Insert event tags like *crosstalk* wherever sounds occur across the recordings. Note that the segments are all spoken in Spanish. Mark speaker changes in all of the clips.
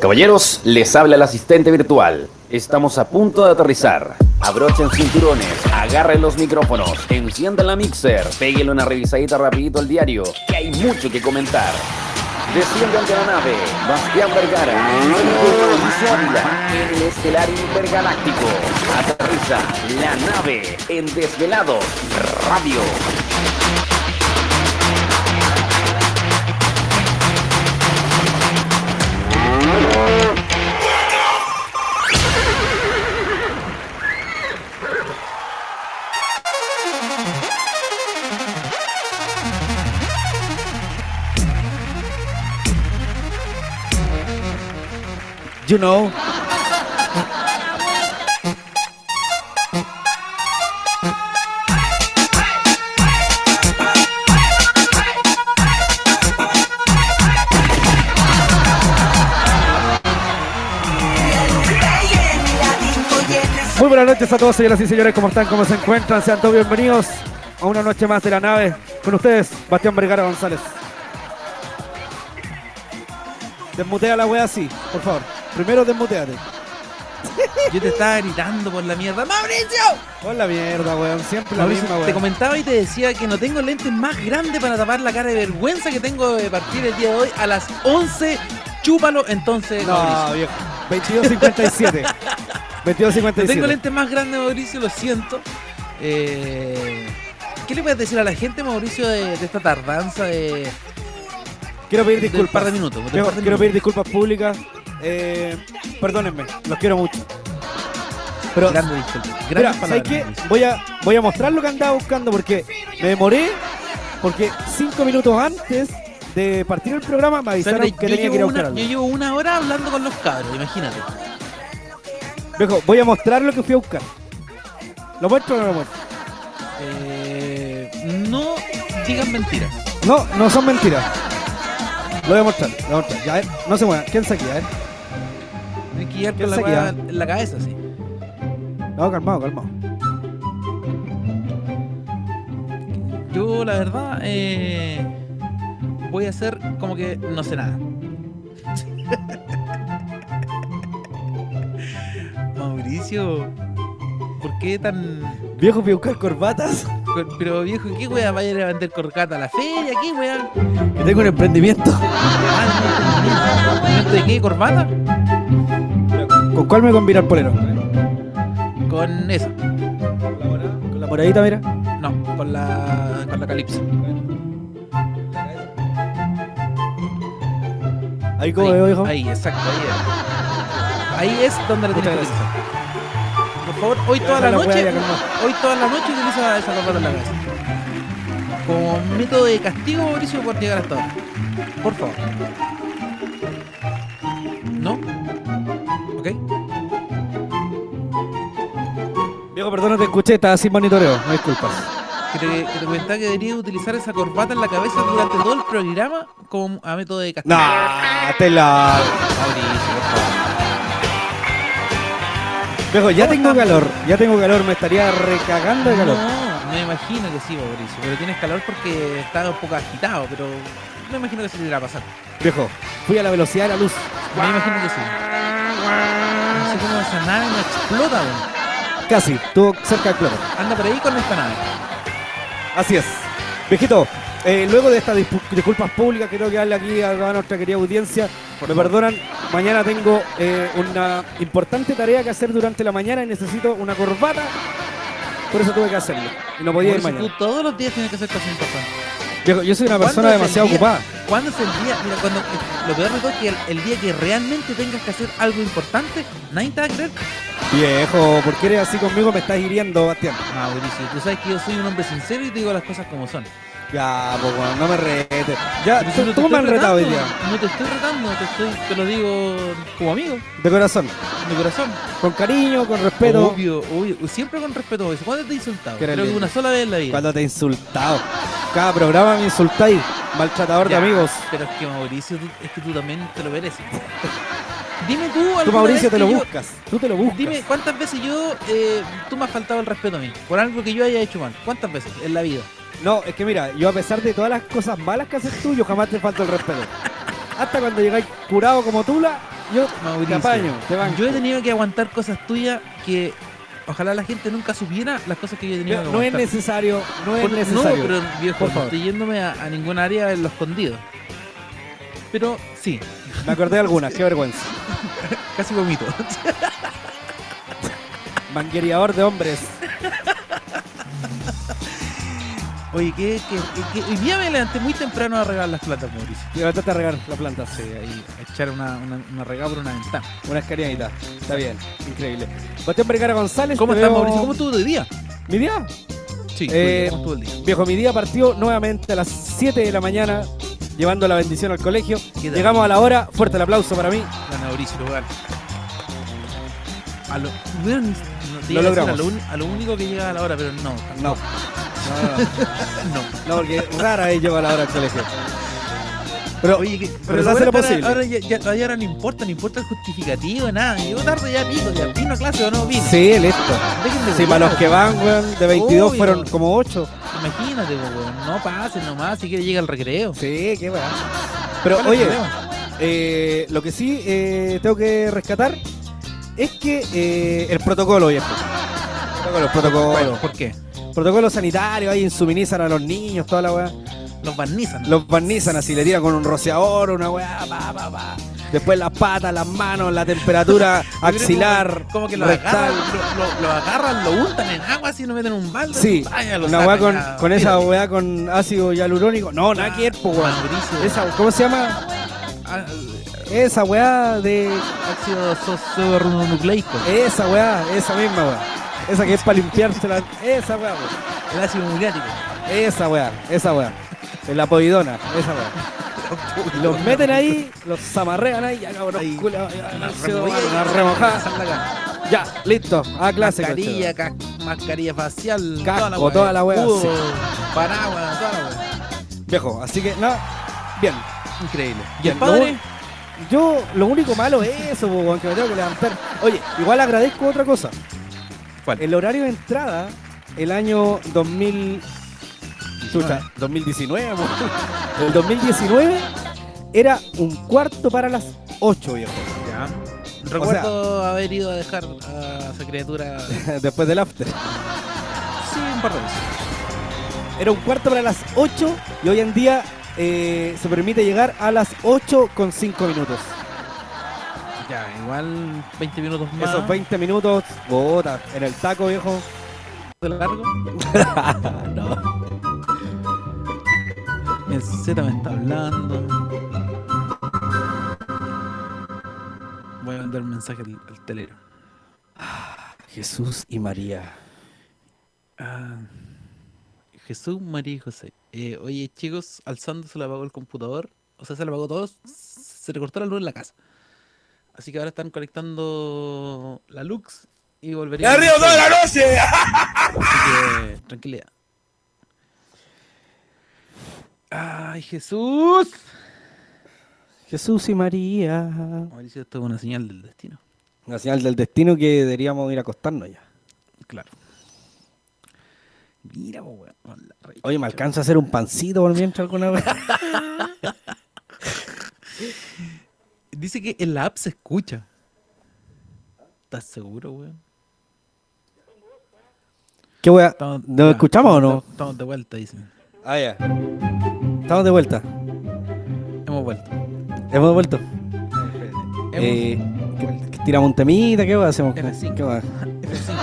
Speaker 1: Caballeros, les habla el asistente virtual. Estamos a punto de aterrizar. Abrochen cinturones, agarren los micrófonos, enciendan la mixer, péguenle una revisadita rapidito al diario, que hay mucho que comentar. Desciendan de la nave, Bastián Vergara, Mauricio Ávila, en el estelar intergaláctico. Aterriza la nave en Desvelado Radio.
Speaker 2: You know. Muy buenas noches a todos, señoras y señores. ¿Cómo están? ¿Cómo se encuentran? Sean todos bienvenidos a una noche más de la nave. Con ustedes, Bastián Vergara González. Desmutea la wea así, por favor. Primero desmuteate.
Speaker 3: Yo te estaba gritando por la mierda. ¡Mauricio!
Speaker 2: Con la mierda, weón. Siempre la
Speaker 3: Mauricio,
Speaker 2: misma,
Speaker 3: te
Speaker 2: weón.
Speaker 3: comentaba y te decía que no tengo lentes más grandes para tapar la cara de vergüenza que tengo de partir el día de hoy a las 11. Chúpalo entonces,
Speaker 2: No,
Speaker 3: Mauricio.
Speaker 2: viejo.
Speaker 3: *laughs*
Speaker 2: 22.57. 22.57.
Speaker 3: No tengo lentes más grandes, Mauricio, lo siento. Eh, ¿Qué le puedes decir a la gente, Mauricio, de, de esta tardanza de...
Speaker 2: Quiero pedir
Speaker 3: de un
Speaker 2: disculpas.
Speaker 3: par de minutos, de un
Speaker 2: Quiero,
Speaker 3: par de
Speaker 2: quiero
Speaker 3: minutos.
Speaker 2: pedir disculpas públicas. Eh, perdónenme, los quiero mucho. Pero,
Speaker 3: Grande disculpa. Grandes
Speaker 2: mira, ¿sabes
Speaker 3: palabras,
Speaker 2: qué?
Speaker 3: Mauricio.
Speaker 2: Voy a, voy a mostrar lo que andaba buscando porque me demoré. Porque cinco minutos antes de partir el programa me avisaron que
Speaker 3: Espérate, yo,
Speaker 2: tenía que ir
Speaker 3: llevo
Speaker 2: a buscar
Speaker 3: una,
Speaker 2: algo.
Speaker 3: yo llevo una hora hablando con los cabros, imagínate.
Speaker 2: Viejo, voy a mostrar lo que fui a buscar. ¿Lo muestro o no lo muestro?
Speaker 3: Eh, no digan mentiras.
Speaker 2: No, no son mentiras. Lo voy a mostrar, lo voy a mostrar. Ya, a ver, no se muevan. ¿Quién se aquí? A ver.
Speaker 3: Hay que ir
Speaker 2: ¿Qué
Speaker 3: con la,
Speaker 2: se
Speaker 3: weá
Speaker 2: queda?
Speaker 3: en la cabeza, sí.
Speaker 2: No, calmado, calmado.
Speaker 3: Yo, la verdad, eh, voy a hacer como que no sé nada. *laughs* Mauricio, ¿por qué tan.?
Speaker 2: Viejo, fui a buscar corbatas.
Speaker 3: Pero viejo, ¿qué wea vaya a ir a vender corcata a la feria? ¿Qué wea?
Speaker 2: Que tengo un emprendimiento.
Speaker 3: Ah, no, ¿De qué corbata?
Speaker 2: ¿Con cuál me combina el polero? Con
Speaker 3: Con esa.
Speaker 2: la moradita, mira.
Speaker 3: No, con la. con la calipso.
Speaker 2: Ahí como veo,
Speaker 3: Ahí,
Speaker 2: viejo.
Speaker 3: ahí, exacto, ahí es. Ahí es donde la
Speaker 2: Muchas
Speaker 3: tienes que
Speaker 2: gracias.
Speaker 3: utilizar. Por favor, hoy
Speaker 2: Ya,
Speaker 3: toda
Speaker 2: esa
Speaker 3: la,
Speaker 2: la
Speaker 3: noche,
Speaker 2: hueá ya calmó.
Speaker 3: hoy toda la noche utiliza esa corbata en la cabeza. Como método de castigo, Mauricio, por llegar hasta ahora. Por favor. ¿No? ¿Ok?
Speaker 2: Viejo, perdón, no te escuché, estaba sin monitoreo. No disculpas.
Speaker 3: Que te, que te comentaba que deberías utilizar esa corbata en la cabeza durante todo el programa como a método de castigo.
Speaker 2: No, tela.
Speaker 3: Mauricio, por favor.
Speaker 2: Viejo, ya tengo calor. Ya tengo calor. Me estaría recagando de calor.
Speaker 3: No, Ah, me imagino que sí, Mauricio. Pero tienes calor porque está un poco agitado, pero me imagino que se te irá a pasar.
Speaker 2: Viejo, fui a la velocidad de la luz.
Speaker 3: Me imagino que sí. No sé cómo esa nave no explota, weón.
Speaker 2: Casi, estuvo cerca del cloro.
Speaker 3: Anda por ahí con esta nave.
Speaker 2: Así es. Viejito, eh, luego de estas dispu- disculpas públicas, quiero que darle aquí a toda nuestra querida audiencia. Me perdonan, mañana tengo eh, una importante tarea que hacer durante la mañana y necesito una corbata. Por eso tuve que hacerlo. Y no podía ir
Speaker 3: Mauricio,
Speaker 2: mañana.
Speaker 3: tú todos los días tienes que hacer cosas importantes.
Speaker 2: Viejo, yo soy una
Speaker 3: ¿Cuándo
Speaker 2: persona
Speaker 3: es el
Speaker 2: demasiado
Speaker 3: día-
Speaker 2: ocupada.
Speaker 3: ¿Cuándo es el día? Mira, cuando, eh, lo peor de todo es que el, el día que realmente tengas que hacer algo importante, nadie te va a creer.
Speaker 2: Viejo, ¿por qué eres así conmigo? Me estás hiriendo, Bastián.
Speaker 3: Mauricio, tú sabes que yo soy un hombre sincero y te digo las cosas como son.
Speaker 2: Ya, pues, weón, no me retes. Ya,
Speaker 3: Pero
Speaker 2: tú,
Speaker 3: si no te
Speaker 2: Ah, tú me
Speaker 3: estoy
Speaker 2: has retado hoy
Speaker 3: retando,
Speaker 2: día.
Speaker 3: No te estoy retando, te, estoy, te lo digo como amigo,
Speaker 2: De corazón.
Speaker 3: de corazón.
Speaker 2: Con cariño, con respeto.
Speaker 3: Obvio, obvio. Siempre con respeto, Mauricio. ¿Cuándo te he insultado?
Speaker 2: Que eres
Speaker 3: Creo que
Speaker 2: lindo.
Speaker 3: una sola vez en la vida.
Speaker 2: Cuando te he insultado. Cada programa me insultáis. Maltratador
Speaker 3: Ya,
Speaker 2: de amigos.
Speaker 3: Pero es que Mauricio, tú- es que tú también te lo mereces. *laughs* Dime tú, alguna
Speaker 2: Tú, Mauricio,
Speaker 3: vez
Speaker 2: te
Speaker 3: que
Speaker 2: lo
Speaker 3: yo-
Speaker 2: buscas. Tú te lo buscas.
Speaker 3: Dime cuántas veces yo, eh, tú me has faltado el respeto a mí, por algo que yo haya hecho mal. ¿Cuántas veces en la vida?
Speaker 2: No, es que mira, yo a pesar de todas las cosas malas que haces tú, yo jamás te falto el respeto. Hasta cuando llegáis curado como tula, yo te
Speaker 3: Mauricio.
Speaker 2: apaño, te banco.
Speaker 3: Yo he tenido que aguantar cosas tuyas que ojalá la gente nunca supiera las cosas que yo he tenido
Speaker 2: No,
Speaker 3: que
Speaker 2: no es
Speaker 3: aguantar.
Speaker 2: necesario, no es
Speaker 3: Por-
Speaker 2: necesario.
Speaker 3: No, pero viejo,
Speaker 2: Por
Speaker 3: no
Speaker 2: favor.
Speaker 3: estoy yéndome a, a ningún área en lo escondido. Pero sí,
Speaker 2: Me acordé de algunas, qué vergüenza.
Speaker 3: casi vomito.
Speaker 2: Manguereador de hombres.
Speaker 3: *laughs* Oye, que, que, que- hoy día me levanté muy temprano a regar las plantas, Mauricio.
Speaker 2: Y ahora trata de regar la planta, sí,
Speaker 3: Ahí, a echar una, una, una regada por una ventana.
Speaker 2: Una escariadita. Está bien, increíble. Bastián Vergara González.
Speaker 3: ¿Cómo
Speaker 2: te
Speaker 3: estás,
Speaker 2: veo-
Speaker 3: Mauricio? ¿Cómo estuvo tu día?
Speaker 2: Mi día,
Speaker 3: Sí, tu
Speaker 2: Eh,
Speaker 3: día, ¿cómo estuvo el día?
Speaker 2: viejo, mi día partió nuevamente a las 7 de la mañana, llevando la bendición al colegio.
Speaker 3: tal?
Speaker 2: Llegamos a la hora, fuerte el aplauso para mí.
Speaker 3: La Mauricio, vale. A lo, bueno, no, te
Speaker 2: Lo
Speaker 3: iba a decir
Speaker 2: logramos.
Speaker 3: A lo, un- a lo único que llega a la hora, pero no,
Speaker 2: No, no, no, no,
Speaker 3: no.
Speaker 2: no, porque rara vez llego a la hora al colegio. Pero,
Speaker 3: Oye, que,
Speaker 2: pero se hace
Speaker 3: lo
Speaker 2: lo
Speaker 3: bueno es que
Speaker 2: posible.
Speaker 3: Ahora, ahora ya, ya- ahora no importa, no importa el justificativo, nada. Llegó tarde, ya pico, ya vino a clase o no vino.
Speaker 2: Sí, listo.
Speaker 3: Déjenme
Speaker 2: Sí,
Speaker 3: weón.
Speaker 2: para los que van, weón, de 22
Speaker 3: Obvio.
Speaker 2: fueron como 8.
Speaker 3: Imagínate, po, weón. No pasen nomás, si quiere llega al recreo.
Speaker 2: Sí, qué
Speaker 3: *laughs*
Speaker 2: weón. Pero
Speaker 3: ¿Cuál es el
Speaker 2: oye,
Speaker 3: problema?
Speaker 2: eh, lo que sí eh, tengo que rescatar es que eh, el protocolo, viejo. Protocolo, protocolo.
Speaker 3: Bueno, ¿por qué?
Speaker 2: Protocolo sanitario, ahí insuminizan a los niños, toda la weá.
Speaker 3: Los barnizan.
Speaker 2: Los barnizan así, le tiran con un rociador, una weá, pa, pa, pa. Después las patas, las manos, la
Speaker 3: *laughs*
Speaker 2: temperatura axilar,
Speaker 3: Como que lo
Speaker 2: rectal.
Speaker 3: agarran, lo, lo- lo agarran, lo untan en agua, así no meten un balde.
Speaker 2: Sí,
Speaker 3: vaya, lo
Speaker 2: una
Speaker 3: sacan
Speaker 2: weá con,
Speaker 3: ya.
Speaker 2: con
Speaker 3: Mira,
Speaker 2: esa weá con ácido hialurónico. No, nada que ver, po, weón.
Speaker 3: Mauricio.
Speaker 2: Esa, ¿Cómo se llama?
Speaker 3: ah,
Speaker 2: Esa weá de.
Speaker 3: Ácido sosorronucleico.
Speaker 2: Esa weá, esa misma weá. Esa que es para limpiarse la. Esa weá, weón.
Speaker 3: El ácido muriático.
Speaker 2: Esa weá, esa weá. La podidona, esa weá. Los meten ahí, los amarrean ahí, ya cabrón,
Speaker 3: Ahí.
Speaker 2: culo, ya,
Speaker 3: Una
Speaker 2: se
Speaker 3: removida
Speaker 2: van,
Speaker 3: y-
Speaker 2: una remojada. Ya, listo, a clase.
Speaker 3: mascarilla, cas- mascarilla facial,
Speaker 2: Casco,
Speaker 3: wea,
Speaker 2: toda la wea,
Speaker 3: escudo,
Speaker 2: sí.
Speaker 3: paraguas, toda la wea.
Speaker 2: conchetumare. Viejo, así que nada, bien.
Speaker 3: Increíble. ¿Y
Speaker 2: Bien,
Speaker 3: el
Speaker 2: lo
Speaker 3: padre?
Speaker 2: un- Yo, lo único malo es eso, po, weón, que me tengo que levantar. Oye, igual agradezco otra cosa.
Speaker 3: ¿Cuál?
Speaker 2: El horario de entrada, el año 2000. chucha, 2019, po. *laughs* El 2019 era un cuarto para las 8, viejo. *laughs*
Speaker 3: Ya. Recuerdo haber ido a dejar a esa criatura.
Speaker 2: Después del after.
Speaker 3: Sí, un par de veces.
Speaker 2: Era un cuarto para las 8 y hoy en día eh, se permite llegar a las 8 con 5 minutos.
Speaker 3: Ya, igual 20 minutos más.
Speaker 2: Esos 20 minutos, bota, en el taco, viejo.
Speaker 3: de *laughs* largo.
Speaker 2: No.
Speaker 3: El Z me está hablando. Voy a mandar un mensaje al, al telero.
Speaker 2: Jesús y María.
Speaker 3: Ah, Jesús, María y José. Eh, oye, chicos, alzando se le apagó el computador. O sea, se le apagó todo. s- Se le cortó la luz en la casa. Así que ahora están conectando la Lux y volvería. ¡Arriba toda la noche! Así que, tranquilidad. ¡Ay, Jesús!
Speaker 2: Jesús y María.
Speaker 3: Mauricio, esto es una señal del destino.
Speaker 2: Una señal del destino que deberíamos ir a acostarnos ya.
Speaker 3: Claro. Mira, po, weón. la re-
Speaker 2: Oye, ¿me alcanza a hacer un pancito por mientras alguna vez?
Speaker 3: Dice que en la app se escucha. ¿Estás seguro, weón?
Speaker 2: ¿Qué wea?
Speaker 3: Estamos-
Speaker 2: ¿Nos
Speaker 3: ya,
Speaker 2: escuchamos o no?
Speaker 3: estamos- Estamos de vuelta, dicen.
Speaker 2: Ah, ya. Estamos de vuelta.
Speaker 3: Hemos vuelto.
Speaker 2: Hemos vuelto.
Speaker 3: Hemos
Speaker 2: Eh, ¿qué- qué- ¿Tiramos un temita? ¿Qué wea hacemos?
Speaker 3: F5.
Speaker 2: ¿Qué wea?
Speaker 3: F5.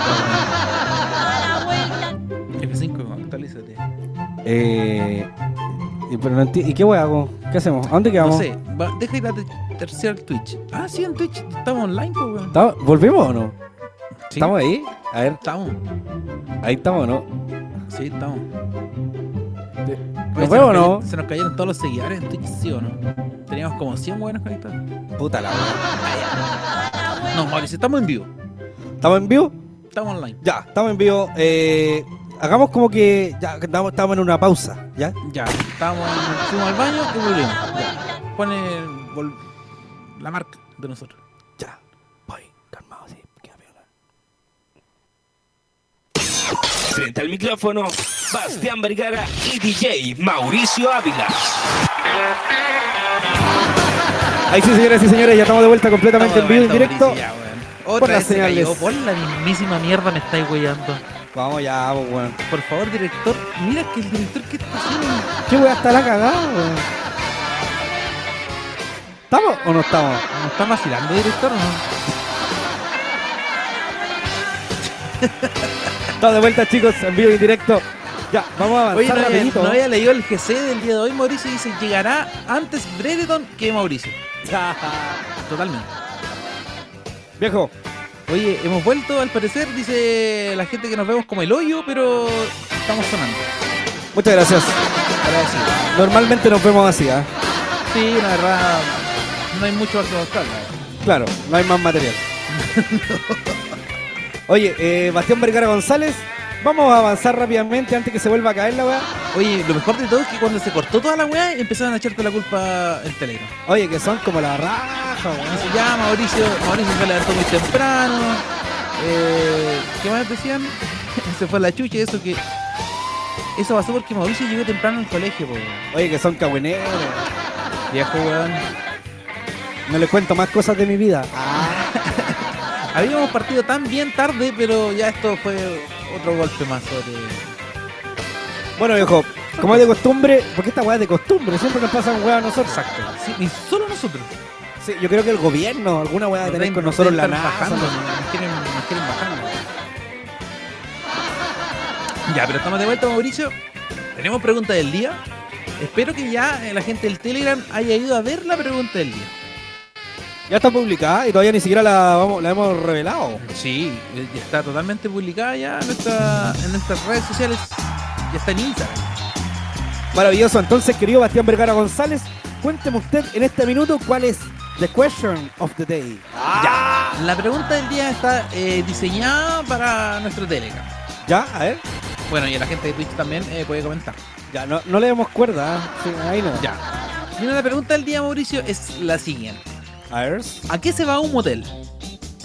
Speaker 3: F5, actualízate.
Speaker 2: Eh, y, pero no enti- ¿y qué hueá hago? ¿Qué hacemos? ¿A dónde
Speaker 3: No
Speaker 2: quedamos?
Speaker 3: sé, va- deja ir a te- tercera al Twitch. Ah, sí, en Twitch estamos online, pues, weón.
Speaker 2: ¿Estamos- ¿Volvimos o no?
Speaker 3: Sí,
Speaker 2: ¿Estamos ahí? A ver,
Speaker 3: Estamos.
Speaker 2: ahí estamos o no.
Speaker 3: Sí, estamos.
Speaker 2: Te-
Speaker 3: Oye,
Speaker 2: ¿Nos
Speaker 3: se
Speaker 2: vemos o
Speaker 3: cayeron-
Speaker 2: no?
Speaker 3: Se nos cayeron todos los seguidores en Twitch, sí o no. Teníamos como 100 buenos conectados.
Speaker 2: Puta la wea.
Speaker 3: No, Mauricio, estamos en vivo.
Speaker 2: ¿Estamos en vivo?
Speaker 3: Estamos online.
Speaker 2: Ya, estamos en vivo. Eh, hagamos como que ya estamos, estamos en una pausa, ¿ya?
Speaker 3: Ya, estamos fuimos al baño y volvimos. Ya. Pone vol- la marca de nosotros.
Speaker 2: Ya. Voy, calmado, sí. queda piola.
Speaker 4: Frente al micrófono, Bastián Vergara y DJ Mauricio Ávila.
Speaker 2: Ahí sí, señoras y señores, ya estamos de vuelta completamente en vivo en directo.
Speaker 3: Ya, weón. Otra
Speaker 2: las
Speaker 3: vez se
Speaker 2: señales.
Speaker 3: cayó. Por la mismísima mierda me estáis weyando.
Speaker 2: Vamos ya, pues, weón.
Speaker 3: Por favor, director. Mira que el director que está haciendo.
Speaker 2: ¿Qué weá está la cagada, weón? ¿Estamos o no estamos?
Speaker 3: ¿No está vacilando, director? o no?
Speaker 2: Estamos de vuelta, chicos, en vivo y en directo. Ya, vamos a avanzar
Speaker 3: Oye, no había,
Speaker 2: rapidito.
Speaker 3: no había leído el GC del día de hoy. Mauricio dice: llegará antes Brereton que Mauricio. Totalmente.
Speaker 2: *laughs* Viejo,
Speaker 3: Oye, hemos vuelto al parecer, dice la gente que nos vemos como el hoyo, pero estamos sonando.
Speaker 2: muchas gracias.
Speaker 3: Agradecido.
Speaker 2: Normalmente nos vemos así, ¿ah?
Speaker 3: Sí, la verdad, no hay mucho que mostrar. la verdad.
Speaker 2: Claro, no hay más material. *laughs* Oye, eh, Bastián Vergara González, vamos a avanzar rápidamente antes que se vuelva a caer la weá.
Speaker 3: Oye, lo mejor de todo es que cuando se cortó toda la weá, empezaron a echarte la culpa en Telegram.
Speaker 2: Oye, que son como la raja, weón.
Speaker 3: Dice, ya, Mauricio, Mauricio se levantó muy temprano. Eh, ¿Qué más decían? *laughs* se fue a la chucha, eso que... Eso pasó porque Mauricio llegó temprano al colegio, po, weón.
Speaker 2: Oye, que son cagüeneros.
Speaker 3: Viejo, weón.
Speaker 2: No les cuento más cosas de mi vida.
Speaker 3: Habíamos partido tan bien tarde, pero ya esto fue otro golpe más sobre...
Speaker 2: Bueno, viejo, como es de costumbre, porque esta weá es de costumbre, siempre nos pasan weá a nosotros.
Speaker 3: Exacto. Sí, y solo nosotros.
Speaker 2: Sí, yo creo que el gobierno, alguna
Speaker 3: Ah,
Speaker 2: weá de tener con nosotros la
Speaker 3: Nos
Speaker 2: NASA.
Speaker 3: quieren-
Speaker 2: no-
Speaker 3: nos quieren, nos quieren bajando. *laughs* Ya, pero estamos de vuelta, Mauricio. Tenemos pregunta del día. Espero que ya eh, la gente del Telegram haya ido a ver la pregunta del día.
Speaker 2: Ya está publicada y todavía ni siquiera la, vamos- la hemos revelado.
Speaker 3: Sí, eh, ya está totalmente publicada ya en, nuestra- en nuestras redes sociales. Ya está en Instagram.
Speaker 2: Maravilloso, entonces, querido Bastián Vergara González, cuénteme usted en este minuto cuál es the question of the day.
Speaker 3: La pregunta del día está eh, diseñada para nuestro Telegram.
Speaker 2: ¿Ya? A ver.
Speaker 3: Bueno, y a la gente de Twitch también eh, puede comentar.
Speaker 2: Ya, no, no le demos cuerda. ¿ah? Sí, ahí no.
Speaker 3: Ya. Mira, la pregunta del día, Mauricio, es la siguiente.
Speaker 2: A ver.
Speaker 3: ¿A qué se va un motel?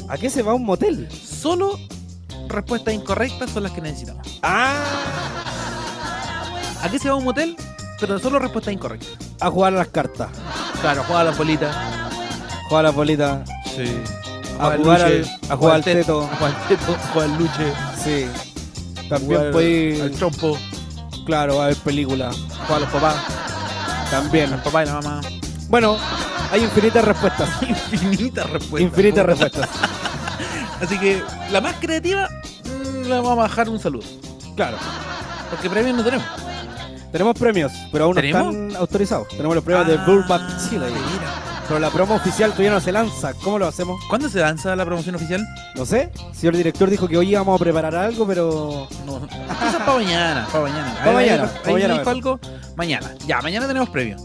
Speaker 2: ¿A qué se va un motel?
Speaker 3: Solo respuestas incorrectas son las que necesitamos.
Speaker 2: Ah.
Speaker 3: ¿A qué se va un motel? Pero solo respuestas incorrectas.
Speaker 2: A jugar a las cartas.
Speaker 3: Claro, juega a las bolitas.
Speaker 2: Jugar a las bolitas.
Speaker 3: Sí.
Speaker 2: A jugar al, a jugar al teto.
Speaker 3: A jugar al teto, juega al luche.
Speaker 2: Sí.
Speaker 3: Juega
Speaker 2: También
Speaker 3: al-
Speaker 2: puede
Speaker 3: Al trompo.
Speaker 2: claro, a ver películas.
Speaker 3: Juega a los papás.
Speaker 2: También.
Speaker 3: Al papá y la *laughs* mamá.
Speaker 2: Bueno, hay infinitas respuestas.
Speaker 3: Infinitas respuestas.
Speaker 2: Infinitas respuestas.
Speaker 3: Así que la más creativa mm, la vamos a bajar un saludo.
Speaker 2: Claro.
Speaker 3: Porque premios no tenemos.
Speaker 2: Tenemos premios, pero aún no
Speaker 3: ¿Tenemos?
Speaker 2: están autorizados. Tenemos los premios de
Speaker 3: Ah,
Speaker 2: Burbank Chile.
Speaker 3: mira.
Speaker 2: Pero la promo oficial todavía no se lanza. ¿Cómo lo hacemos?
Speaker 3: ¿Cuándo se lanza la promoción oficial?
Speaker 2: No sé. Señor director dijo que hoy íbamos a preparar algo, pero.
Speaker 3: No, no. Eso es para mañana, para mañana.
Speaker 2: Pa' mañana,
Speaker 3: ahí-
Speaker 2: pa'
Speaker 3: ahí
Speaker 2: mañana
Speaker 3: dijo
Speaker 2: mejor.
Speaker 3: algo. Mañana. Ya, mañana tenemos previo.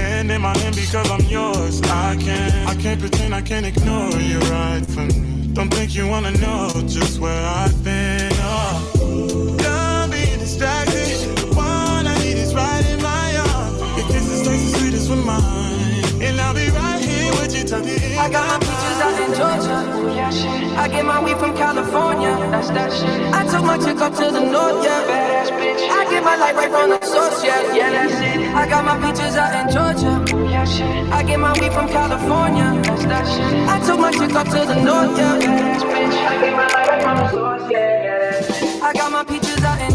Speaker 5: And in my hand because I'm yours. I can't, I can't pretend, I can't ignore you right from me. Don't think you wanna know just where I've been. Oh. Done distracted. The one I need is right in my arms. Your kisses taste the sweetest with mine. And I'll be right here with you till the end.
Speaker 6: I got my peaches out in Georgia. Oh yeah, shit. I get my weed from California. That's that shit. I took my chick up to the north, yeah, badass bitch. I get my light right from the source, yeah, yeah, that's it. I got my peaches out in Georgia. Oh yeah, shit. I get my weed from California. That's that shit. I took my chick up to the north, yeah, badass bitch. I get my light right from the source, yeah, yeah, that's it. I got my peaches out in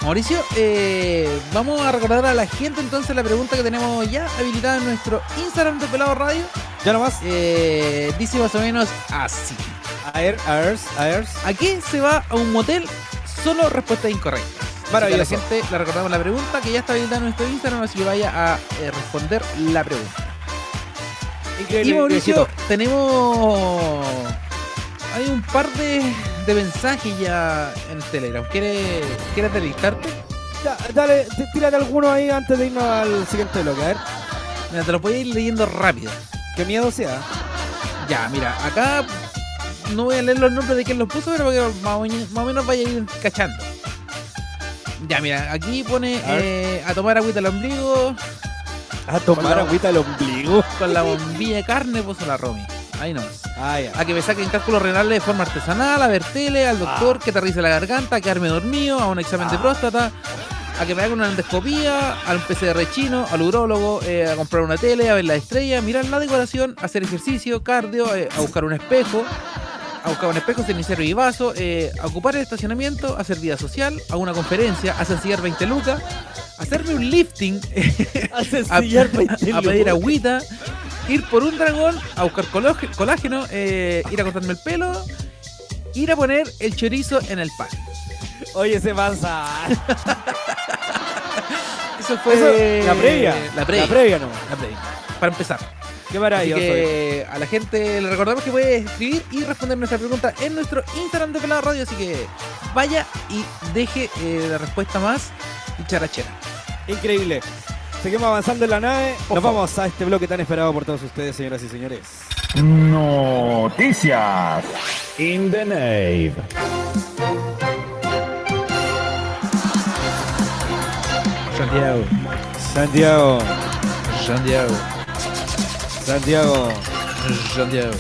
Speaker 3: Mauricio, eh, vamos a recordar a la gente entonces la pregunta que tenemos ya habilitada en nuestro Instagram de Pelado Radio.
Speaker 2: Ya nomás.
Speaker 3: Eh, dice más o menos así.
Speaker 2: Aer, aers, aers.
Speaker 3: ¿A qué se va a un motel? Solo respuestas incorrectas. Así que
Speaker 2: Maravilloso.
Speaker 3: A la gente le recordamos la pregunta que ya está habilitada en nuestro Instagram, así que vaya a eh, responder la pregunta.
Speaker 2: Increíble.
Speaker 3: Y Mauricio,
Speaker 2: viejito.
Speaker 3: tenemos. Hay un par de, de mensajes ya en Telegram. ¿Quieres, quieres delistarte?
Speaker 2: Ya, dale, t- tírate alguno ahí antes de irnos al siguiente bloque. A ver,
Speaker 3: Mira, te los voy a ir leyendo rápido.
Speaker 2: qué miedo sea.
Speaker 3: Ya, mira, acá no voy a leer los nombres de quien los puso, pero para que más o, menos- más o menos vaya a ir cachando. Ya, mira, aquí pone
Speaker 2: A ver.
Speaker 3: eh, a tomar agüita al ombligo
Speaker 2: A tomar
Speaker 3: Hola.
Speaker 2: agüita el ombligo.
Speaker 3: con la bombilla de carne, puso la Romy. Ahí no.
Speaker 2: Ah, ya.
Speaker 3: A que me saquen cálculos renales de forma artesanal, a ver tele, al doctor, que te rice la garganta, a quedarme dormido, a un examen de próstata, a que me hagan una endoscopía, al PCR chino, al urólogo, eh, a comprar una tele, a ver la estrella, a mirar la decoración, a hacer ejercicio, cardio, eh, a buscar un espejo, a buscar un espejo, cenicero y vaso, eh, a ocupar el estacionamiento, a hacer vida social, a una conferencia, a sencillar 20 lucas, a hacerme un lifting,
Speaker 2: *laughs*
Speaker 3: a, *laughs* a pedir agüita, ir por un dragón, a buscar colog- colágeno, eh, ir a cortarme el pelo, ir a poner el chorizo en el pan.
Speaker 2: Oye, se pasa.
Speaker 3: Eso fue
Speaker 2: Eso, la previa.
Speaker 3: Eh, La previa.
Speaker 2: La previa no.
Speaker 3: La previa. Para empezar.
Speaker 2: Qué
Speaker 3: Así
Speaker 2: maravilloso.
Speaker 3: que a la gente le recordamos que puede escribir y responder nuestra pregunta en nuestro Instagram de Pelado Radio, así que vaya y deje eh, la respuesta más charachera.
Speaker 2: Increíble. Seguimos avanzando en la nave.
Speaker 3: Por
Speaker 2: Nos
Speaker 3: favor.
Speaker 2: vamos a este bloque tan esperado por todos ustedes, señoras y señores.
Speaker 7: Noticias in the nave.
Speaker 3: Santiago,
Speaker 2: Santiago,
Speaker 3: Santiago,
Speaker 2: Santiago.
Speaker 3: Santiago.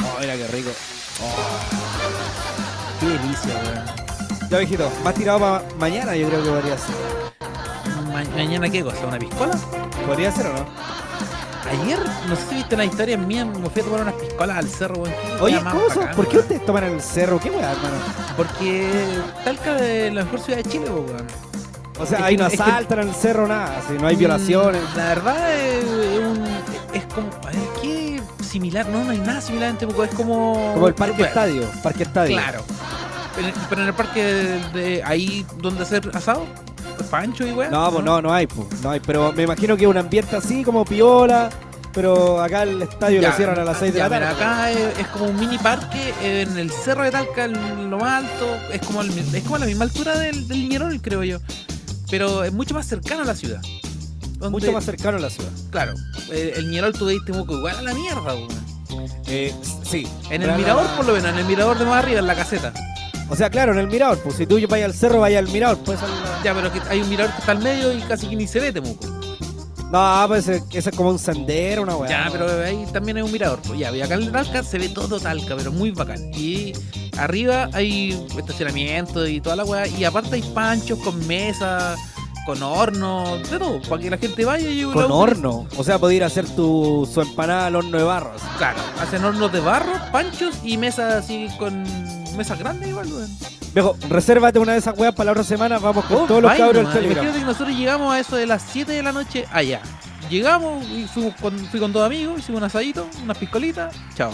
Speaker 3: Oh, mira qué rico. Qué delicia, weón.
Speaker 2: Ya, viejito, más tirado para mañana, yo creo que podría ser.
Speaker 3: Ma- mañana qué cosa, una piscola.
Speaker 2: ¿Podría ser o no?
Speaker 3: Ayer, no sé si viste una historia mía, me fui a tomar unas piscolas al cerro, weón. Qué
Speaker 2: Oye,
Speaker 3: weá más
Speaker 2: ¿cómo son?
Speaker 3: bacán,
Speaker 2: ¿Por qué
Speaker 3: weón.
Speaker 2: ustedes toman el cerro? ¿Qué weá, hermano?
Speaker 3: Porque Talca es la mejor ciudad de Chile, po, weón.
Speaker 2: O
Speaker 3: Es
Speaker 2: sea, ahí
Speaker 3: que-
Speaker 2: no
Speaker 3: es que-
Speaker 2: asaltan en el cerro, nada. Así, no hay violaciones.
Speaker 3: Mm, La verdad es, es un- es como. a ver, ¿Qué similar? No, no hay nada similar en Temuco. Es como.
Speaker 2: Como el parque
Speaker 3: bueno,
Speaker 2: estadio. Parque estadio.
Speaker 3: Claro. Pero, pero en el parque de, de ahí donde hacer asado, pancho y weón.
Speaker 2: No, pues no, no hay, pues. No hay. Pero me imagino que un ambiente así, como piola. Pero acá el estadio lo cierran a las 6 de
Speaker 3: ya,
Speaker 2: la
Speaker 3: mira,
Speaker 2: tarde.
Speaker 3: acá es, es como un mini parque eh, en el cerro de Talca, en lo más alto. Es como, el mi- es como a la misma altura del, del Ñerol, creo yo. Pero es mucho más cercano a la ciudad. Donde-
Speaker 2: Mucho más cercano a la ciudad.
Speaker 3: Claro, el, el Ñerol tú veis Temuco igual a la mierda, weón. Eh,
Speaker 2: sí.
Speaker 3: En el mirador, por lo menos, en el mirador de más arriba, en la caseta.
Speaker 2: O sea, claro, en el mirador. Pues si tú vayas al cerro, vayas al mirador. Pues, al-
Speaker 3: Ya, pero que hay un mirador que está al medio y casi que ni se ve Temuco.
Speaker 2: No, pues ese, ese es como un sendero, una weá.
Speaker 3: Ya,
Speaker 2: ¿no?
Speaker 3: pero ahí también hay un mirador. pues, Ya, y acá en Talca se ve todo Talca, pero muy bacán. Y arriba hay estacionamiento y toda la weá. Y aparte hay panchos con mesa, con horno, de todo, para que la gente vaya y
Speaker 2: Con
Speaker 3: la-
Speaker 2: horno. O sea, podía ir a hacer tu, su empanada al horno de barro. así.
Speaker 3: Claro, hacen hornos de barro, panchos y mesas así con mesas grandes igual, weón.
Speaker 2: Viejo, resérvate una de esas weas para la otra semana. Vamos con todos los
Speaker 3: Ay,
Speaker 2: cabros del
Speaker 3: Oh, nomás,
Speaker 2: Telegram.
Speaker 3: Imagínate que nosotros llegamos a eso de las 7 de la noche allá. Llegamos y fuimos con, fui con dos amigos, hicimos un asadito, unas piscolitas, chao.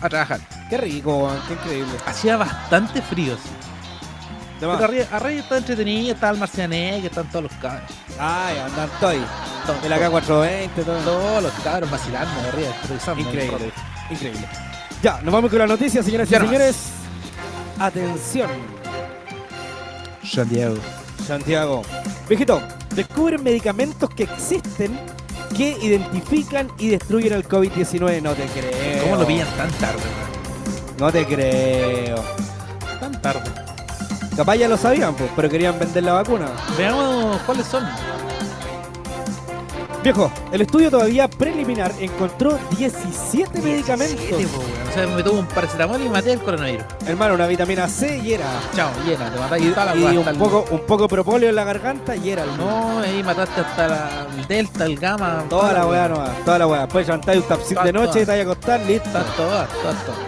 Speaker 3: A trabajar.
Speaker 2: Qué rico, weón, qué increíble.
Speaker 3: Hacía bastante frío, sí.
Speaker 2: De más.
Speaker 3: Pero arriba, arriba está entretenido, está el Marciané, que están todos los cabros.
Speaker 2: Ay, andan toy.
Speaker 3: Todos,
Speaker 2: El AK420, todo.
Speaker 3: todos los cabros vacilando de arriba, improvisando.
Speaker 2: Increíble, increíble. Ya, nos vamos con la noticia, señoras y
Speaker 3: Ya nomás.
Speaker 2: señores. Atención,
Speaker 3: Santiago.
Speaker 2: Santiago. Viejito, descubren medicamentos que existen que identifican y destruyen el COVID-19. No te creo.
Speaker 3: ¿Cómo lo pillan tan tarde, weón?
Speaker 2: No te creo.
Speaker 3: Tan tarde.
Speaker 2: Capaz ya lo sabían, pues, pero querían vender la vacuna.
Speaker 3: Veamos cuáles son.
Speaker 2: Viejo, el estudio todavía preliminar encontró 17 medicamentos.
Speaker 3: Siete, po, weón. O sea, me tomo un paracetamol y maté el coronavirus.
Speaker 2: Hermano, una vitamina C y era.
Speaker 3: Chao, llena, te matáis
Speaker 2: Y,
Speaker 3: toda la
Speaker 2: y
Speaker 3: weá, hasta
Speaker 2: un
Speaker 3: el-
Speaker 2: poco, un poco de propóleo en la garganta y era.
Speaker 3: No, ahí mataste hasta la, el delta, el gamma.
Speaker 2: Toda la weá nomás, toda la weá. Después levantáis un tapcito de
Speaker 3: Todas,
Speaker 2: noche y
Speaker 3: todas.
Speaker 2: te vais a acostar, listo.
Speaker 3: Todas, todas, todas, todas.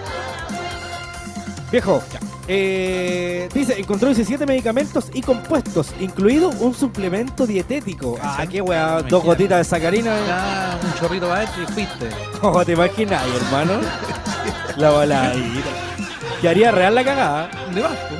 Speaker 2: Viejo, eh, dice, encontró 17 medicamentos y compuestos, incluido un suplemento dietético. Ah,
Speaker 3: Cachai.
Speaker 2: qué weá,
Speaker 3: Me
Speaker 2: dos
Speaker 3: queda.
Speaker 2: gotitas de *laughs* sacarina. eh.
Speaker 3: Ya, un chorrito para adentro y fuiste.
Speaker 2: ¿Cómo te imaginas, hermano? la
Speaker 3: *laughs*
Speaker 2: baladita. Que haría real la cagada.
Speaker 3: ¿Dónde vas, po?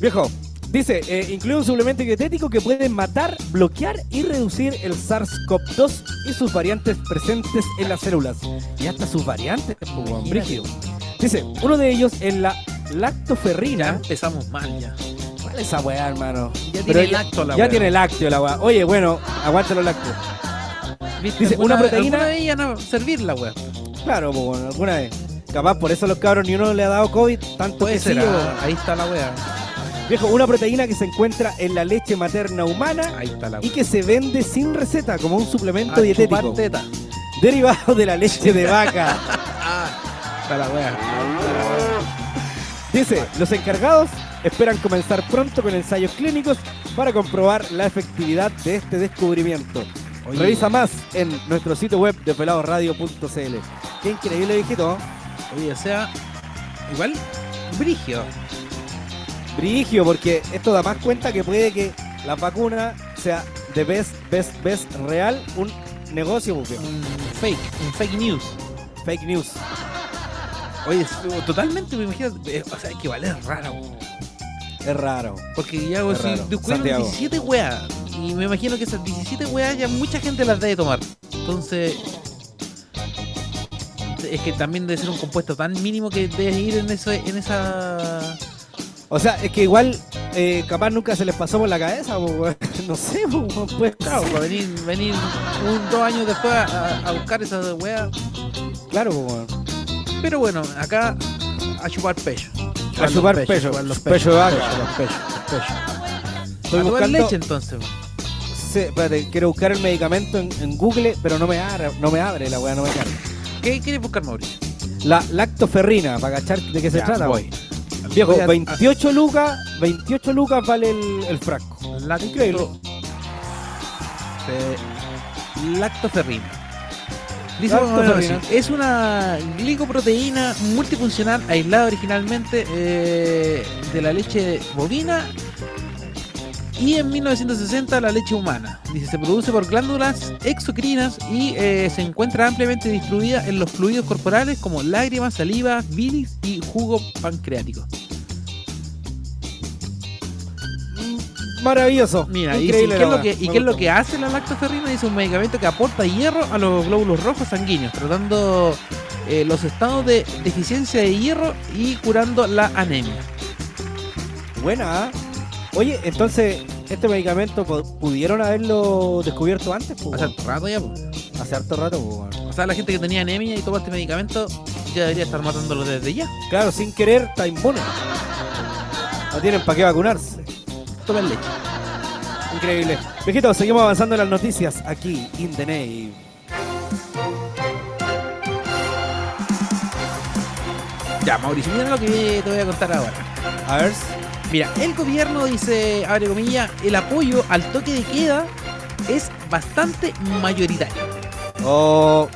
Speaker 2: Viejo, dice, eh, incluye un suplemento dietético que puede matar, bloquear y reducir el SARS-CoV-2 y sus variantes presentes en las células. Y hasta sus variantes, pues, weón,
Speaker 3: Imagínate.
Speaker 2: brígido. Dice, uno de ellos es la
Speaker 3: Ya
Speaker 2: lactoferrina.
Speaker 3: empezamos mal, ya.
Speaker 2: ¿Cuál es esa weá, hermano?
Speaker 3: Ya
Speaker 2: Pero
Speaker 3: tiene lacto la
Speaker 2: Ya
Speaker 3: weá.
Speaker 2: tiene lácteo la weá. Oye, bueno, aguanta los lácteos.
Speaker 3: ¿Viste?
Speaker 2: Dice, una
Speaker 3: Alguna-
Speaker 2: proteína-
Speaker 3: alguna vez iban a servir la weá.
Speaker 2: Claro, pues, bueno, alguna vez. Capaz por eso a los cabros ni uno le ha dado COVID tanto
Speaker 3: Puede
Speaker 2: que sí,
Speaker 3: ser, ah,
Speaker 2: weón.
Speaker 3: ahí está la weá.
Speaker 2: Viejo, una proteína que se encuentra en la leche materna humana
Speaker 3: Ahí está la
Speaker 2: y
Speaker 3: weá.
Speaker 2: que se vende sin receta como un suplemento
Speaker 3: A
Speaker 2: dietético.
Speaker 3: chupar teta.
Speaker 2: Derivado de la leche de vaca. *laughs*
Speaker 3: Está la weá.
Speaker 2: Dice, los encargados esperan comenzar pronto con ensayos clínicos para comprobar la efectividad de este descubrimiento.
Speaker 3: Oye.
Speaker 2: Revisa más en nuestro sitio web de peladoradio.cl. Qué increíble, viejito. ¿eh?
Speaker 3: Oye, o sea, igual, brigio.
Speaker 2: Brigio, porque esto da más cuenta que puede que la vacuna sea de best, best, best real un negocio, pues, viejo.
Speaker 3: Un fake, un fake news.
Speaker 2: Fake news.
Speaker 3: Oye, es- totalmente, me imagino. eh, O sea, que vale es raro. weón.
Speaker 2: Es raro.
Speaker 3: Porque ya
Speaker 2: Es
Speaker 3: vos
Speaker 2: raro.
Speaker 3: descubrieron
Speaker 2: Santiago.
Speaker 3: 17 weas. Y me imagino que esas 17 weas ya mucha gente las debe tomar. Entonces. Es que también debe ser un compuesto tan mínimo que debes ir en, eso, en esa.
Speaker 2: O sea, es que igual eh, capaz nunca se les pasó por la cabeza, pues, weón. *laughs* no sé, pues, weón, pues,
Speaker 3: Claro,
Speaker 2: claro,
Speaker 3: para venir, venir un, dos años después a, a buscar esas weas.
Speaker 2: claro, pues, weón.
Speaker 3: Pero bueno, acá a chupar pecho.
Speaker 2: A chupar pecho,
Speaker 3: chupar los
Speaker 2: pecho de vaca.
Speaker 3: Los pechos, los pechos.
Speaker 2: Estoy
Speaker 3: a tomar
Speaker 2: buscando-
Speaker 3: leche entonces. weón.
Speaker 2: Sí, espérate, quiero buscar el medicamento en, en Google, pero no me abre, no me abre la weá, no me abre.
Speaker 3: ¿Qué quieres buscar, Mauricio?
Speaker 2: La lactoferrina, para cachar de qué se
Speaker 3: Ya,
Speaker 2: trata.
Speaker 3: voy.
Speaker 2: weón. Viejo,
Speaker 3: Voy a-
Speaker 2: 28 lucas, 28 lucas vale el, el frasco.
Speaker 3: Lacto...
Speaker 2: Increíble.
Speaker 3: Fe- Lactoferrina. Dice más o menos
Speaker 2: Lactoferrina.
Speaker 3: así, es una glicoproteína multifuncional aislada originalmente eh, de la leche bovina y en 1960 la leche humana. Dice, se produce por glándulas exocrinas y eh, se encuentra ampliamente distribuida en los fluidos corporales como lágrimas, saliva, bilis y jugo pancreático.
Speaker 2: Maravilloso.
Speaker 3: Mira, y
Speaker 2: Increíble
Speaker 3: dice, ¿qué es
Speaker 2: la
Speaker 3: lo que,
Speaker 2: weá,
Speaker 3: ¿y
Speaker 2: me
Speaker 3: qué es lo
Speaker 2: gustó.
Speaker 3: que hace la lactoferrina? Es un medicamento que aporta hierro a los glóbulos rojos sanguíneos, tratando eh, los estados de deficiencia de hierro y curando la anemia.
Speaker 2: Buena, ¿ah? Oye, entonces, ¿este medicamento pu- pudieron haberlo descubierto antes? pues,
Speaker 3: O sea,
Speaker 2: weón?
Speaker 3: rato ya, po.
Speaker 2: hace harto rato, pues, weón.
Speaker 3: o sea, la gente que tenía anemia y toma este medicamento ya debería estar matándolo desde ya.
Speaker 2: Claro, sin querer, está inmune. No tienen para qué vacunarse.
Speaker 3: Tomen leche.
Speaker 2: Increíble. Viejito, seguimos avanzando en las noticias aquí, in the name.
Speaker 3: Ya, Mauricio, mira lo que te voy a contar ahora.
Speaker 2: A ver.
Speaker 3: Mira, el gobierno dice, abre comillas, el apoyo al toque de queda es bastante mayoritario.
Speaker 2: Oh,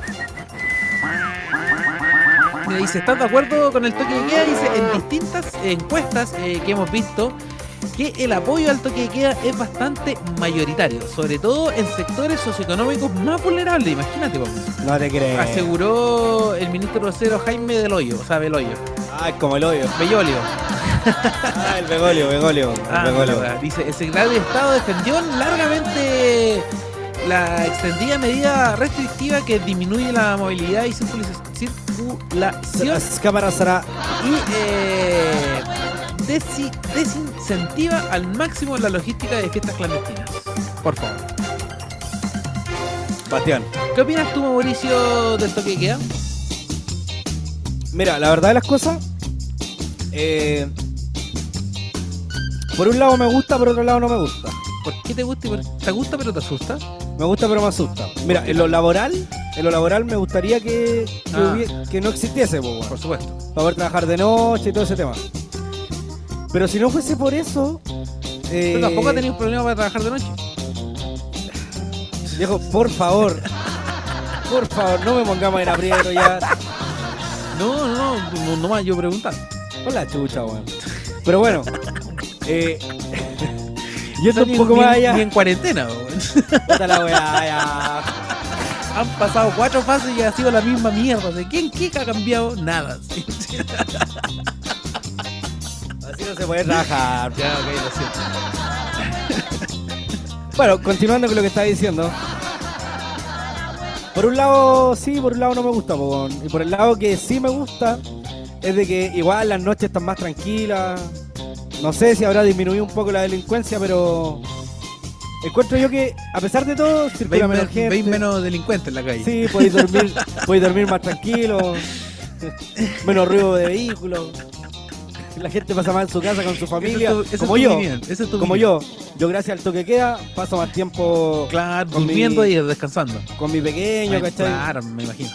Speaker 3: Mira, dice, ¿estás de acuerdo con el toque de queda? Dice, en distintas encuestas eh, que hemos visto, que el apoyo al toque de queda es bastante mayoritario, sobre todo en sectores socioeconómicos más vulnerables, imagínate, Mauricio.
Speaker 2: no te crees.
Speaker 3: aseguró el ministro vocero Jaime del Hoyo, o sea, Belollo,
Speaker 2: Ah, es como el hoyo.
Speaker 3: Bellolio.
Speaker 2: Ah, el begolio, begolio. el
Speaker 3: Ah,
Speaker 2: begolio.
Speaker 3: verdad. Dice, el secretario de Estado defendió largamente la extendida medida restrictiva que disminuye la movilidad y circula- circulación
Speaker 2: Las cámaras será.
Speaker 3: y eh, desi- desincentiva al máximo la logística de fiestas clandestinas. Por favor.
Speaker 2: Bastián.
Speaker 3: ¿Qué opinas tú, Mauricio, del toque de queda?
Speaker 2: Mira, la verdad de las cosas. eh, por un lado me gusta, por otro lado no me gusta.
Speaker 3: ¿Por qué te gusta? y por- ¿Te gusta pero te asusta?
Speaker 2: Me gusta, pero me asusta. Mira, en lo laboral, en lo laboral me gustaría que, que,
Speaker 3: Ah.
Speaker 2: hubie- que no existiese, po, weón.
Speaker 3: Por supuesto.
Speaker 2: para poder trabajar de noche y todo ese tema. Pero si no fuese por eso. eh,
Speaker 3: Pero tampoco has tenido problema para trabajar de noche.
Speaker 2: Viejo, por favor. Por favor, no me pongamos en aprieto ya.
Speaker 3: No, no, no, no, no más yo preguntar.
Speaker 2: Hola, chucha, weón. Pero bueno. Eh, *laughs* yendo
Speaker 3: Ni-
Speaker 2: un poco
Speaker 3: ni-
Speaker 2: más
Speaker 3: Ni
Speaker 2: allá.
Speaker 3: en cuarentena, weón.
Speaker 2: puta la weá, ya.
Speaker 3: Han pasado cuatro fases y ha sido la misma mierda. ¿De quién qué ha cambiado? Nada. sí.
Speaker 2: *laughs* Así no se puede trabajar.
Speaker 3: ya, ok, lo siento.
Speaker 2: Bueno, continuando con lo que estaba diciendo. Por un lado sí, por un lado no me gusta, po, weón. y por el lado que sí me gusta es de que igual las noches están más tranquilas. No sé si habrá disminuido un poco la delincuencia, pero encuentro yo que a pesar de todo
Speaker 3: Veis,
Speaker 2: circula
Speaker 3: men-
Speaker 2: menos gente.
Speaker 3: veis menos delincuentes en la calle.
Speaker 2: Sí, podéis dormir, podéis dormir más tranquilo, menos ruido de vehículos. La gente pasa más en su casa con su
Speaker 3: Esa es
Speaker 2: familia,
Speaker 3: tu- esa es
Speaker 2: como
Speaker 3: tu
Speaker 2: yo,
Speaker 3: opinión, esa es tu
Speaker 2: como
Speaker 3: opinión.
Speaker 2: yo. Yo gracias al toque queda paso más tiempo
Speaker 3: Claro,
Speaker 2: Con mi-
Speaker 3: durmiendo y descansando.
Speaker 2: con mi pequeño,
Speaker 3: Ay,
Speaker 2: ¿cachai?
Speaker 3: Claro, me imagino.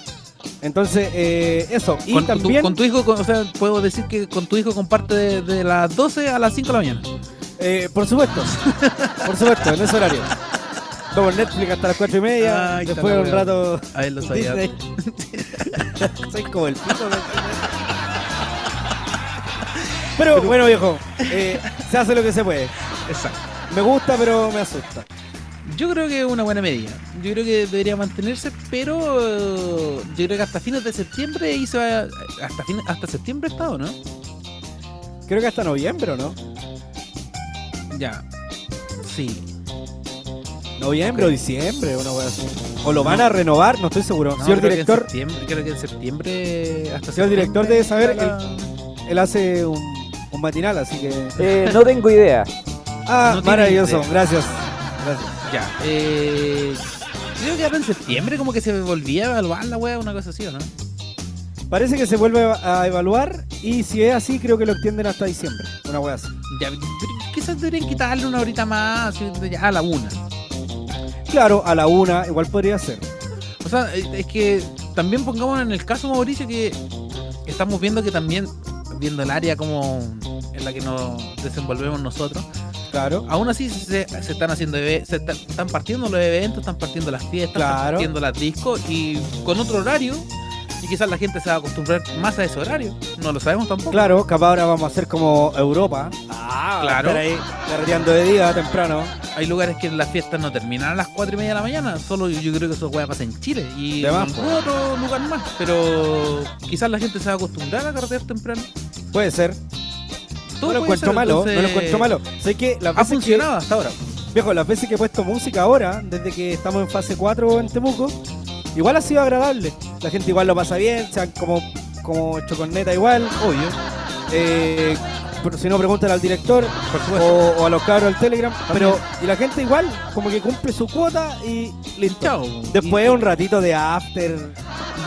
Speaker 2: Entonces, eh, eso. Y
Speaker 3: con,
Speaker 2: también,
Speaker 3: tu, con tu hijo, con- o sea, puedo decir que con tu hijo comparte de, de las 12 a las 5 de la mañana.
Speaker 2: eh, por
Speaker 3: *laughs*
Speaker 2: supuesto, por supuesto, en ese horario. Vamos Netflix hasta las cuatro y media,
Speaker 3: Ay,
Speaker 2: después
Speaker 3: está la
Speaker 2: un
Speaker 3: wea.
Speaker 2: rato
Speaker 3: A él lo sabía. *laughs*
Speaker 2: Disney. Soy como el pico. ¿me entiendes? Pero, bueno, viejo, eh, se hace lo que se puede.
Speaker 3: Exacto.
Speaker 2: Me gusta, pero me asusta.
Speaker 3: Yo creo que es una buena medida. Yo creo que debería mantenerse, pero eh, yo creo que hasta fines de septiembre ahí se va. Hasta, fines- hasta septiembre está, ¿o no?
Speaker 2: Creo que hasta noviembre, ¿o ¿no?
Speaker 3: Ya. Sí.
Speaker 2: Noviembre o diciembre, una wea así. O lo van a renovar, no estoy seguro.
Speaker 3: No,
Speaker 2: Señor
Speaker 3: creo que en
Speaker 2: director,
Speaker 3: septiembre- Creo que en septiembre. Hasta
Speaker 2: Señor director debe saber
Speaker 3: está la-
Speaker 2: él hace un, un matinal, así que.
Speaker 8: Eh, no tengo idea.
Speaker 2: Ah,
Speaker 3: No tiene
Speaker 2: maravilloso,
Speaker 3: idea.
Speaker 2: gracias. Gracias.
Speaker 3: Ya. eh, creo que ahora en septiembre como que se volvía a evaluar la wea, una cosa así, ¿o no?
Speaker 2: Parece que se vuelve a evaluar y si es así, creo que lo extienden hasta diciembre. Una wea así.
Speaker 3: Ya, pero quizás deberían quitarle una horita más, así, de- ya a la una.
Speaker 2: Claro, a la una, igual podría ser.
Speaker 3: O sea, eh, es que también pongamos en el caso, Mauricio, que estamos viendo que también, viendo el área como en la que nos desenvolvemos nosotros,
Speaker 2: Claro.
Speaker 3: aún así se, se están haciendo eve- se está- están partiendo los eventos, están partiendo las fiestas, están
Speaker 2: Claro.
Speaker 3: partiendo las discos y con otro horario y quizás la gente se va a acostumbrar más a ese horario. No lo sabemos tampoco.
Speaker 2: Claro, capaz ahora vamos a hacer como Europa.
Speaker 3: claro.
Speaker 2: Estar ahí carreteando de día temprano.
Speaker 3: Hay lugares que las fiestas no terminan a las 4 y media de la mañana. Solo yo, yo creo que eso weá pasa en Chile y
Speaker 2: De
Speaker 3: en
Speaker 2: más,
Speaker 3: algún
Speaker 2: po.
Speaker 3: otro lugar más. Pero quizás la gente se va a acostumbrar a carretear temprano.
Speaker 2: Puede ser.
Speaker 3: Todo
Speaker 2: No lo
Speaker 3: puede
Speaker 2: encuentro
Speaker 3: ser,
Speaker 2: malo, no lo
Speaker 3: entonces,
Speaker 2: encuentro malo. Sé que las
Speaker 3: Ha
Speaker 2: veces
Speaker 3: funcionado hasta ahora.
Speaker 2: que, viejo, las veces que he puesto música ahora, desde que estamos en fase 4 en Temuco, igual ha sido agradable. La gente igual lo pasa bien, o sea, como, como chocorneta igual.
Speaker 3: Obvio.
Speaker 2: Eh, pero si no, preguntan al director o, o a los cabros del Telegram. Pero, y la gente igual, como que cumple su cuota y listo.
Speaker 3: Chao.
Speaker 2: Oh, Después
Speaker 3: Y-
Speaker 2: un ratito de after.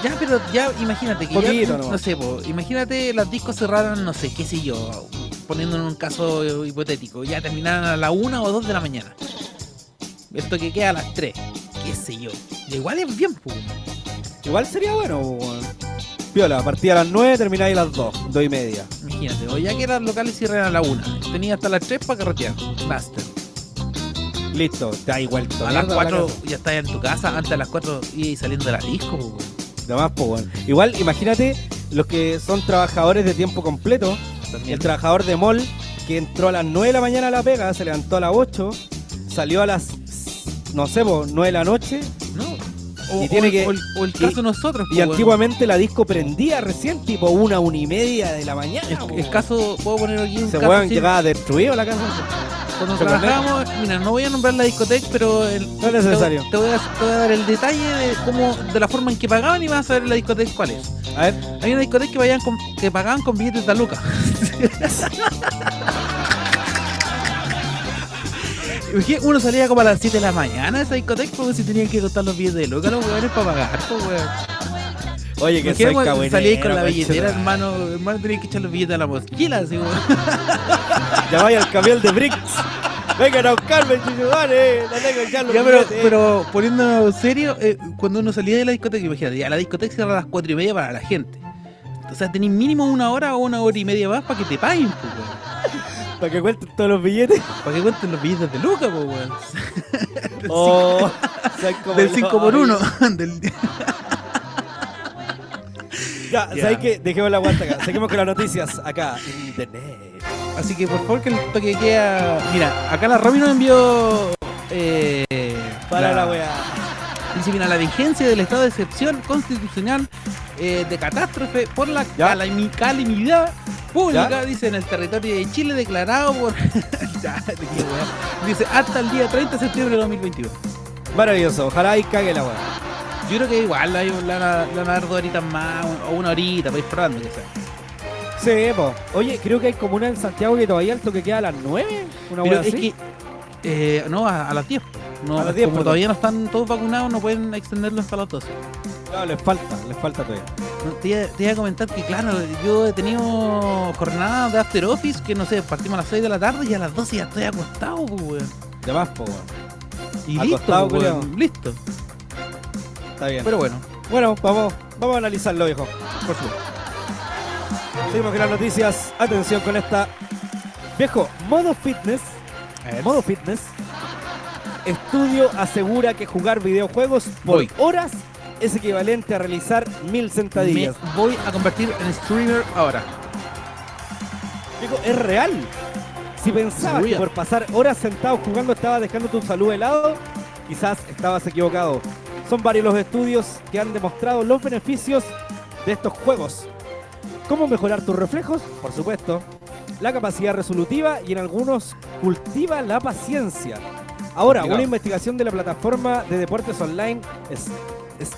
Speaker 3: Ya, pero ya imagínate que
Speaker 2: Poquito
Speaker 3: ya,
Speaker 2: nomás.
Speaker 3: no sé, po, imagínate las discos cerraran, no sé, qué sé yo, poniendo en un caso hipotético, ya terminaran a la una o dos de la mañana. Esto que queda a las 3. Qué sé yo. Y igual es bien, pues.
Speaker 2: Igual sería bueno, weón. Viola, partía a las 9, termináis a las 2, 2 y media.
Speaker 3: Imagínate, o ya que los locales cierran a la 1. Tenía hasta las 3 para carretear. Basta.
Speaker 2: Listo, te da igual.
Speaker 3: A las 4 ya estás en tu casa, antes de las 4 y saliendo de la disco, po, weón.
Speaker 2: Además, pues, weón. Igual, imagínate los que son trabajadores de tiempo completo.
Speaker 3: También.
Speaker 2: El trabajador de mall que entró a las 9 de la mañana a la pega, se levantó a las 8, salió a las, no sé, po, 9 de la noche.
Speaker 3: No. O,
Speaker 2: Y tiene
Speaker 3: o-
Speaker 2: que-
Speaker 3: o el, o el
Speaker 2: y-
Speaker 3: caso de nosotros, po,
Speaker 2: Y
Speaker 3: Oh, weón.
Speaker 2: antiguamente la disco prendía recién, tipo una, una y media de la mañana. po,
Speaker 3: El
Speaker 2: weón.
Speaker 3: caso, puedo poner aquí un
Speaker 2: Se
Speaker 3: caso
Speaker 2: weón
Speaker 3: así.
Speaker 2: quedaba destruido la casa.
Speaker 3: Cuando
Speaker 2: ¿Se acuerdan?
Speaker 3: trabajamos, mira, no voy a nombrar la discoteca, pero el-
Speaker 2: No es necesario.
Speaker 3: Te, te voy a, te voy a dar el detalle de cómo, de la forma en que pagaban y vas a saber la discoteca cuál es.
Speaker 2: A ver,
Speaker 3: Hay una discoteca que, vayan con- que pagaban con billetes de lucas. Imagínate, Uno salía como a las 7 de la mañana de esa discoteca porque si tenían que costar los billetes de lucas los hueones para pagar, pues weón.
Speaker 2: oye, que soy
Speaker 3: Imagínate,
Speaker 2: cabuenero,
Speaker 3: salíais con la
Speaker 2: concha
Speaker 3: billetera,
Speaker 2: tu-
Speaker 3: hermano, hermano tenías que echar los billetes a la mosquila,
Speaker 2: *laughs*
Speaker 3: así weón.
Speaker 2: Ya vaya al camión de Bricks. Vengan a buscarme, chichuganes. No tengo ya los
Speaker 3: Ya, pero,
Speaker 2: billetes. eh,
Speaker 3: pero poniéndolo serio, eh, cuando uno salía de la discoteca, imagínate, ya la discoteca cierra a las 4 y media para la gente. O sea, tenés mínimo una hora o una hora y media más para que te paguen, po, weón.
Speaker 2: Para que cuenten todos los billetes.
Speaker 3: Para que cuenten los billetes de Lucas, po, weón.
Speaker 2: Oh, *laughs* soy como
Speaker 3: Del
Speaker 2: yo.
Speaker 3: 5
Speaker 2: *laughs*
Speaker 3: por 1 Del...
Speaker 2: Ya,
Speaker 3: Ya.
Speaker 2: ¿sabes qué? Dejemos la guanta acá. Seguimos con las noticias acá. en The Net.
Speaker 3: Así que por favor que el toque queda. Mira, acá la Romy nos envió. Eh,
Speaker 2: Para la weá.
Speaker 3: Dice, mira, la vigencia del estado de excepción constitucional eh, de catástrofe por la
Speaker 2: Ya.
Speaker 3: calami- calamidad pública,
Speaker 2: Ya.
Speaker 3: dice, en el territorio de Chile declarado por... *laughs* Ya, de qué weá. dice, hasta el día 30 de septiembre de 2021.
Speaker 2: Maravilloso. Ojalá y cague la weá.
Speaker 3: Yo creo que igual hay un- le van a le van a dar dos horitas más o una horita para ir probando, que sea.
Speaker 2: Sí, po. Oye, creo que hay comuna en Santiago que todavía el toque queda a las 9. Una
Speaker 3: Pero
Speaker 2: weá
Speaker 3: es
Speaker 2: así.
Speaker 3: que... eh, no, a, a las 10. No,
Speaker 2: A las 10,
Speaker 3: como
Speaker 2: perdón.
Speaker 3: todavía no están todos vacunados, no pueden extenderlo hasta las 12.
Speaker 2: No, les falta, les falta todavía.
Speaker 3: No, Te iba, te iba a comentar que, claro, yo he tenido jornadas de after office que, no sé, partimos a las 6 de la tarde y a las 12 ya estoy acostado, pues, weón.
Speaker 2: De más, po, weón.
Speaker 3: Y
Speaker 2: Acostado,
Speaker 3: listo, pues, weón,
Speaker 2: culiao.
Speaker 3: listo.
Speaker 2: Está bien.
Speaker 3: Pero bueno,
Speaker 2: Bueno, vamos, vamos a analizarlo, viejo.
Speaker 3: por supuesto.
Speaker 2: Seguimos con las noticias. Atención con esta. Viejo, modo fitness. Modo fitness. Estudio asegura que jugar videojuegos por
Speaker 3: Voy.
Speaker 2: horas es equivalente a realizar mil
Speaker 3: Me
Speaker 2: sentadillas.
Speaker 3: voy a convertir en streamer ahora.
Speaker 2: Viejo, es real. Si pensabas
Speaker 3: Seguro.
Speaker 2: que por pasar horas sentados jugando estabas dejando tu salud de lado, quizás estabas equivocado. Son varios los estudios que han demostrado los beneficios de estos juegos. Cómo mejorar tus reflejos, por supuesto, la capacidad resolutiva y en algunos cultiva la paciencia. Ahora,
Speaker 3: Complicado.
Speaker 2: una investigación de la plataforma de deportes online es, es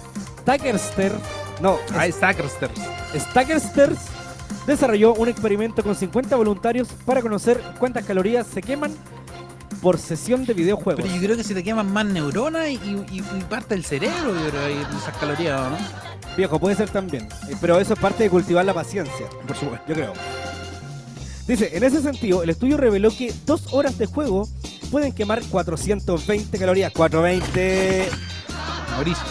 Speaker 2: Stackerster- no,
Speaker 3: Ah, es Sackersters.
Speaker 2: Stackersters desarrolló un experimento con 50 voluntarios para conocer cuántas calorías se queman por sesión de videojuegos.
Speaker 3: Pero yo creo que se te queman más neuronas y, y- y parte del cerebro, yo creo, ahí, esas calorías, ¿o ¿no?
Speaker 2: Viejo, puede ser también. Eh, Pero eso es parte de cultivar la paciencia,
Speaker 3: Por supuesto.
Speaker 2: yo creo. Dice, en ese sentido, el estudio reveló que dos horas de juego pueden quemar 420 calorías. 420...
Speaker 3: Mauricio.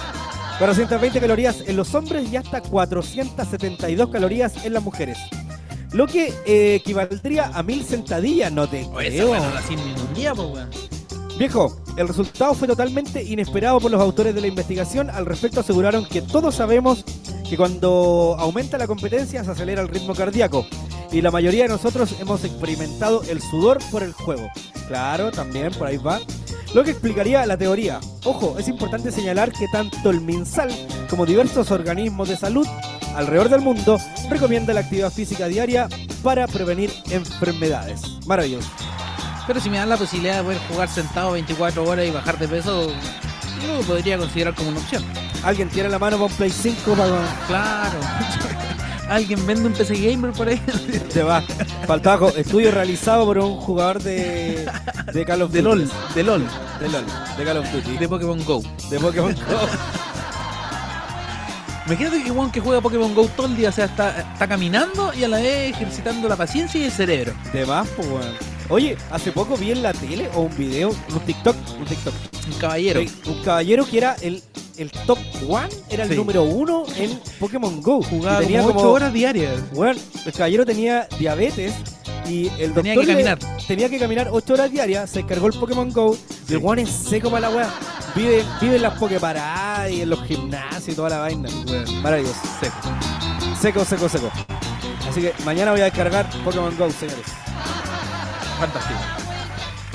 Speaker 2: 420 calorías en los hombres y hasta 472 calorías en las mujeres. Lo que eh, equivaldría a mil sentadillas, no te
Speaker 3: Oye, esa
Speaker 2: creo.
Speaker 3: weá no la hacía ni en un día, pues, weón.
Speaker 2: Viejo, el resultado fue totalmente inesperado por los autores de la investigación. Al respecto aseguraron que todos sabemos que cuando aumenta la competencia se acelera el ritmo cardíaco. Y la mayoría de nosotros hemos experimentado el sudor por el juego. Claro, también por ahí va. Lo que explicaría la teoría. Ojo, es importante señalar que tanto el MinSal como diversos organismos de salud alrededor del mundo recomiendan la actividad física diaria para prevenir enfermedades. Maravilloso.
Speaker 3: Pero si me dan la posibilidad de poder jugar sentado 24 horas y bajar de peso, yo lo podría considerar como una opción.
Speaker 2: ¿Alguien tiene la mano para un Play 5 para...
Speaker 3: Claro. *laughs* Alguien vende un PC gamer por ahí. *laughs*
Speaker 2: Te va. Faltaba co- estudio realizado por un jugador de, de Call of Duty.
Speaker 3: de LOL,
Speaker 2: De LOL. De Call of Duty.
Speaker 3: de
Speaker 2: De,
Speaker 3: Pokémon Go.
Speaker 2: de Pokémon Go.
Speaker 3: Imagínate que un que juega Pokémon Go todo el día, o sea, está, está caminando y a la vez ejercitando la paciencia y el cerebro.
Speaker 2: De más, pues, weón. Oye, hace poco vi en la tele o un video, un TikTok, un TikTok.
Speaker 3: Un caballero.
Speaker 2: de Un caballero que era el, el top one, era el
Speaker 3: Sí.
Speaker 2: número uno en Pokémon Go. Y
Speaker 3: Jugaba
Speaker 2: tenía
Speaker 3: como 8
Speaker 2: como-
Speaker 3: horas diarias.
Speaker 2: Bueno, el caballero tenía diabetes y el doctor
Speaker 3: Tenía que
Speaker 2: le-
Speaker 3: caminar.
Speaker 2: tenía que caminar 8 horas diarias, se cargó el Pokémon Go y
Speaker 3: Sí.
Speaker 2: el guan es seco para la weá. Vive, vive en las Poképaradas y en los gimnasios y toda la vaina.
Speaker 3: Weón,
Speaker 2: Maravilloso.
Speaker 3: seco.
Speaker 2: Seco, seco, seco. Así que mañana voy a descargar Pokémon Go, señores.
Speaker 3: Fantástico.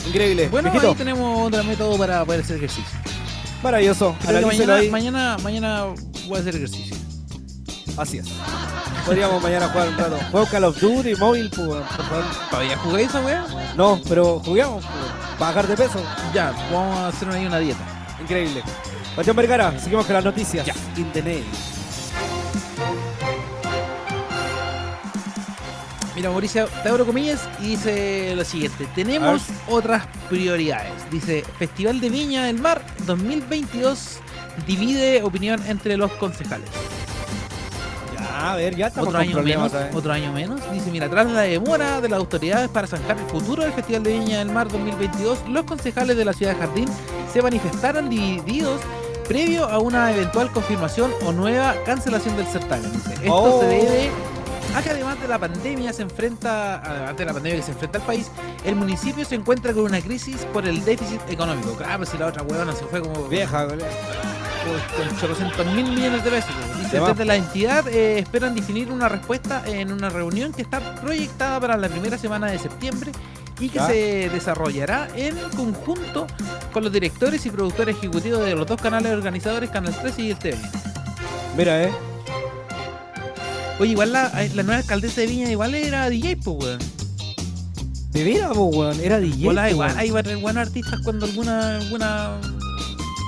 Speaker 2: Increíble.
Speaker 3: Bueno,
Speaker 2: Viejito,
Speaker 3: ahí tenemos otro método para poder hacer ejercicio.
Speaker 2: maravilloso.
Speaker 3: Creo que
Speaker 2: Analícelo
Speaker 3: mañana,
Speaker 2: ahí.
Speaker 3: mañana, mañana voy a hacer ejercicio.
Speaker 2: Así es. Podríamos mañana jugar un rato. Juego Call of Duty, móvil, pues, por favor.
Speaker 3: ¿Todavía jugáis esa weá?
Speaker 2: No, pero juguemos. pues. Bajar de peso.
Speaker 3: Ya, vamos a hacer ahí una dieta.
Speaker 2: Increíble. Bastián Vergara, seguimos con las noticias. In the name.
Speaker 3: Mira, Mauricio, te abro comillas y dice lo siguiente. Tenemos otras prioridades. Dice, Festival de Viña del Mar 2022 divide opinión entre los concejales.
Speaker 2: Ya, a ver, ya estamos
Speaker 3: Otro
Speaker 2: pues, con
Speaker 3: año,
Speaker 2: problemas. ¿eh?
Speaker 3: menos,
Speaker 2: ¿sabes?
Speaker 3: otro año menos. Dice, mira, tras la demora de las autoridades para zanjar el futuro del Festival de Viña del Mar 2022, los concejales de la ciudad de Jardín se manifestaron divididos previo a una eventual confirmación o nueva cancelación del certamen. Dice, esto
Speaker 2: Oh.
Speaker 3: se debe a que además de la pandemia se enfrenta, además de la pandemia que se enfrenta al país, el municipio se encuentra con una crisis por el déficit económico. Claro, pues si la otra huevona se fue como
Speaker 2: Vieja, colega.
Speaker 3: con 800 mil millones de pesos. Dice,
Speaker 2: Demás.
Speaker 3: desde la entidad eh, esperan definir una respuesta en una reunión que está proyectada para la primera semana de septiembre y que
Speaker 2: Ya.
Speaker 3: se desarrollará en conjunto con los directores y productores ejecutivos de los dos canales organizadores, Canal 3 y el TV.
Speaker 2: Mira, eh.
Speaker 3: Oye, igual la, eh, la nueva alcaldesa de Viña igual era DJ, pues, weón.
Speaker 2: De veras, po, weón. Era DJ.
Speaker 3: Hola,
Speaker 2: po,
Speaker 3: igual
Speaker 2: pues, weón.
Speaker 3: hay bar- buenos artistas cuando alguna alguna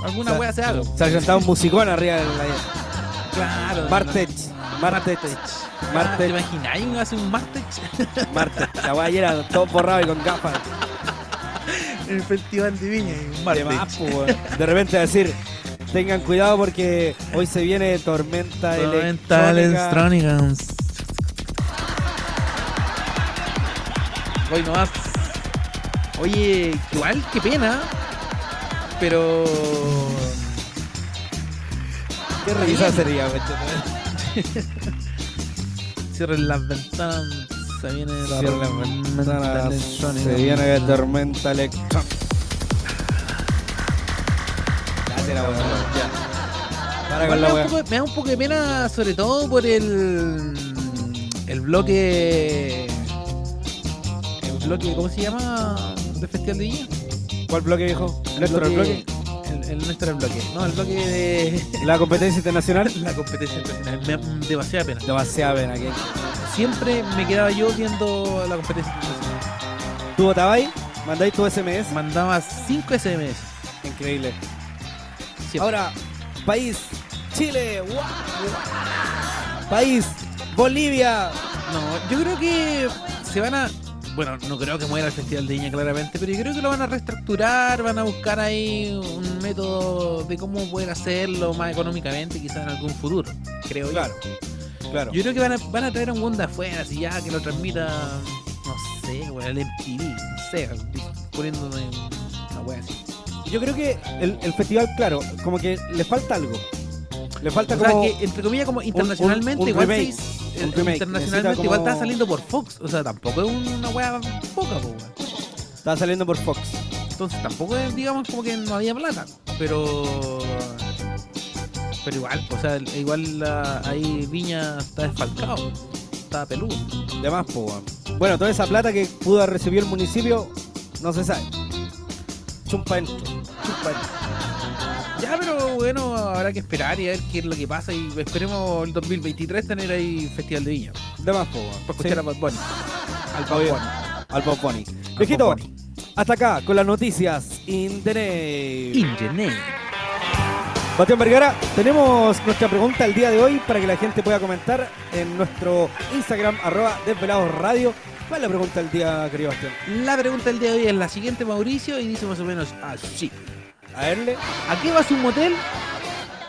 Speaker 3: alguna
Speaker 2: O sea,
Speaker 3: wea se haga.
Speaker 2: Se ha cantado un musicón arriba de la. *laughs*
Speaker 3: Claro.
Speaker 2: Martech. Martech.
Speaker 3: Ah, ¿Te
Speaker 2: Martech.
Speaker 3: imagináis hace un Martech?
Speaker 2: Martech. La weá era todo borrado y con gafas.
Speaker 3: el festival de viña y un
Speaker 2: De más, po, weón. De repente decir. Tengan cuidado porque hoy se viene tormenta, electrónica.
Speaker 3: Hoy no más. Oye, igual, qué pena. Pero.
Speaker 2: Qué risa sería, macho.
Speaker 3: Cierren las ventanas. Se viene la
Speaker 2: Cierren las ventanas, Se viene la tormenta electrónica. Date la weá. Para
Speaker 3: Igual
Speaker 2: con
Speaker 3: me,
Speaker 2: la
Speaker 3: da
Speaker 2: weá.
Speaker 3: un poco, me da un poco de pena, sobre todo por el. El bloque. El bloque, ¿cómo se llama? Del Festival de Viña.
Speaker 2: ¿Cuál bloque, viejo?
Speaker 3: El
Speaker 2: ¿Nuestro bloque?
Speaker 3: El, el nuestro bloque. No, el bloque de. *laughs*
Speaker 2: ¿La competencia internacional?
Speaker 3: la competencia internacional. Me da mm, demasiada pena.
Speaker 2: Demasiada pena. ¿qué?
Speaker 3: Siempre me quedaba yo viendo la competencia internacional.
Speaker 2: ¿Tú votabas ahí? ¿Mandáis tu SMS?
Speaker 3: Mandaba 5 SMS.
Speaker 2: Increíble.
Speaker 3: Siempre.
Speaker 2: Ahora, país, Chile. guau, guau. País, Bolivia.
Speaker 3: No, yo creo que se van a. Bueno, no creo que muera el Festival de Viña claramente, pero yo creo que lo van a reestructurar, van a buscar ahí un método de cómo poder hacerlo más económicamente, quizás en algún futuro, creo yo.
Speaker 2: Claro, claro.
Speaker 3: Yo creo que van a, van a traer a un Wanda afuera, si ya que lo transmita, no sé, bueno, el MTV, no sé, poniéndome una wea así.
Speaker 2: Yo creo que el, el festival, claro, como que le falta algo. Le falta
Speaker 3: O sea,
Speaker 2: como...
Speaker 3: que entre comillas, como internacionalmente,
Speaker 2: un
Speaker 3: igual se
Speaker 2: remake,
Speaker 3: hizo-
Speaker 2: un
Speaker 3: eh,
Speaker 2: remake,
Speaker 3: internacionalmente
Speaker 2: necesita
Speaker 3: igual
Speaker 2: como-
Speaker 3: está saliendo por Fox, o sea, tampoco es una wea poca, po, wea.
Speaker 2: Está saliendo por Fox.
Speaker 3: Entonces tampoco es, digamos, como que no había plata. Pero. Pero igual, o sea, igual la- ahí Viña está desfalcado. Está peludo.
Speaker 2: De más, po, weón. Bueno, toda esa plata que pudo recibir el municipio, no se sabe. Chumpa dentro, chumpa dentro.
Speaker 3: Ya, pero bueno, habrá que esperar y a ver qué es lo que pasa. Y esperemos el 2023 tener ahí Festival de Viña.
Speaker 2: De más, po, weón.
Speaker 3: Para escuchar a
Speaker 2: Sí,
Speaker 3: Bad Bunny. Al Bad
Speaker 2: Obvio.
Speaker 3: Bunny.
Speaker 2: al Bob Bunny.
Speaker 3: Al
Speaker 2: Viejito,
Speaker 3: Bad Bunny.
Speaker 2: hasta acá con las noticias in the name.
Speaker 3: In the name.
Speaker 2: Bastián Vergara, tenemos nuestra pregunta el día de hoy para que la gente pueda comentar en nuestro Instagram, arroba desvelados radio. ¿Cuál es la pregunta del día, querido Bastián?
Speaker 3: La pregunta del día de hoy es la siguiente, Mauricio, y dice más o menos así.
Speaker 2: A verle.
Speaker 3: ¿A qué vas a un motel?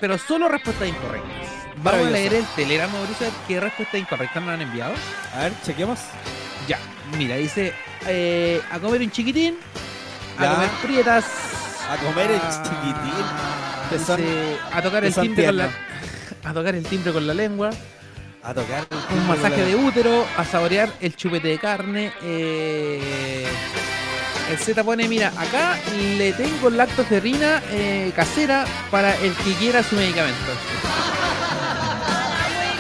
Speaker 3: Pero solo respuestas incorrectas. Vamos a
Speaker 2: Maravilloso.
Speaker 3: leer el Telegram, Mauricio, a ver qué respuestas incorrectas nos han enviado.
Speaker 2: A ver, chequemos.
Speaker 3: Ya, mira, dice eh, a comer un chiquitín, a
Speaker 9: Ya.
Speaker 3: comer prietas.
Speaker 9: A comer el
Speaker 3: Ah.
Speaker 9: chiquitín.
Speaker 3: a-
Speaker 9: Que son-
Speaker 3: dice, a tocar
Speaker 9: que
Speaker 3: el
Speaker 9: son
Speaker 3: timbre con la, *laughs* a tocar el timbre con la lengua,
Speaker 9: A tocar.
Speaker 3: un masaje de útero, a saborear el chupete de carne. eh, el Z pone, mira, acá le tengo lactoferrina eh, casera para el que quiera su medicamento.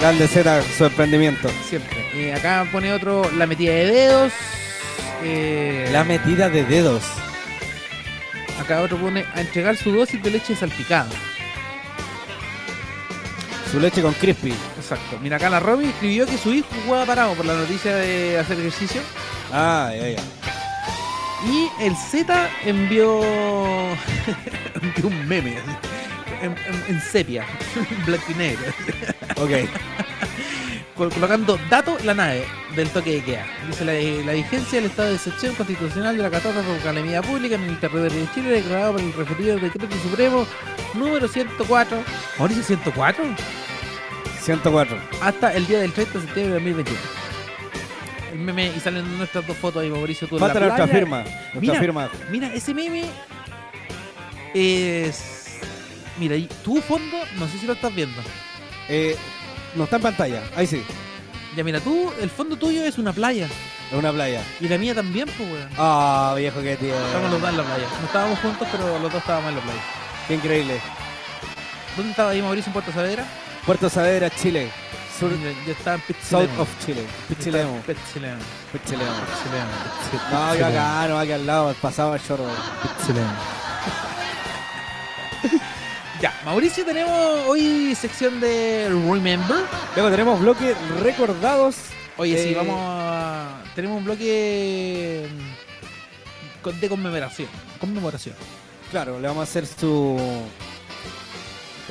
Speaker 2: Grande Z, su emprendimiento.
Speaker 3: Siempre. Eh, acá pone otro, la metida de dedos. eh,
Speaker 9: La metida de dedos.
Speaker 3: acá otro pone, a entregar su dosis de leche salpicada.
Speaker 2: Su leche con crispy.
Speaker 3: Exacto. Mira, acá la Romy escribió que su hijo jugaba parado por la noticia de hacer ejercicio.
Speaker 9: Ah, ya, ya.
Speaker 3: Y el Z envió, *laughs* envió un meme así, en, en- en sepia, *laughs* en blanco y negro,
Speaker 9: Ok.
Speaker 3: col- colocando datos en la nave del toque de queda. Dice la, la vigencia del estado de excepción constitucional de la catástrofe por calamidad pública en el territorio de Chile declarado por el referido decreto supremo número 104. ¿Mauricio 104?
Speaker 2: 104.
Speaker 3: hasta el día del 30 de septiembre de 2021. El meme y salen nuestras dos fotos ahí, Mauricio. Tú en
Speaker 2: Falta
Speaker 3: la
Speaker 2: nuestra
Speaker 3: playa.
Speaker 2: firma. Nuestra
Speaker 3: Mira.
Speaker 2: firma.
Speaker 3: Mira, ese meme es. Mira, y tu fondo, no sé si lo estás viendo.
Speaker 2: Eh, no está en pantalla. Ahí sí.
Speaker 3: Ya, mira, tú, el fondo tuyo es una playa.
Speaker 2: Es una playa.
Speaker 3: Y la mía también, pues, weón.
Speaker 2: Ah, viejo que tío.
Speaker 3: Estábamos los dos en la playa. No estábamos juntos, pero los dos estábamos en la playa.
Speaker 2: Qué increíble.
Speaker 3: ¿Dónde estaba ahí, Mauricio, en Puerto Saavedra?
Speaker 2: Puerto Saavedra, Chile. Sur,
Speaker 3: Mira, Yo estaba en Pichilemo.
Speaker 2: South of Ah, Chile. Pichilemu.
Speaker 3: Pichilemo.
Speaker 2: Pichilemu.
Speaker 3: Pichilemo.
Speaker 2: No, que acá, no, aquí al lado, al pasado, al chorro.
Speaker 3: *laughs* Ya, Mauricio, tenemos hoy sección de Remember.
Speaker 2: Luego tenemos bloque recordados.
Speaker 3: Oye, sí,
Speaker 2: Eh,
Speaker 3: vamos a... Tenemos un bloque mm, con- de conmemoración. Conmemoración.
Speaker 2: Claro, le vamos a hacer su.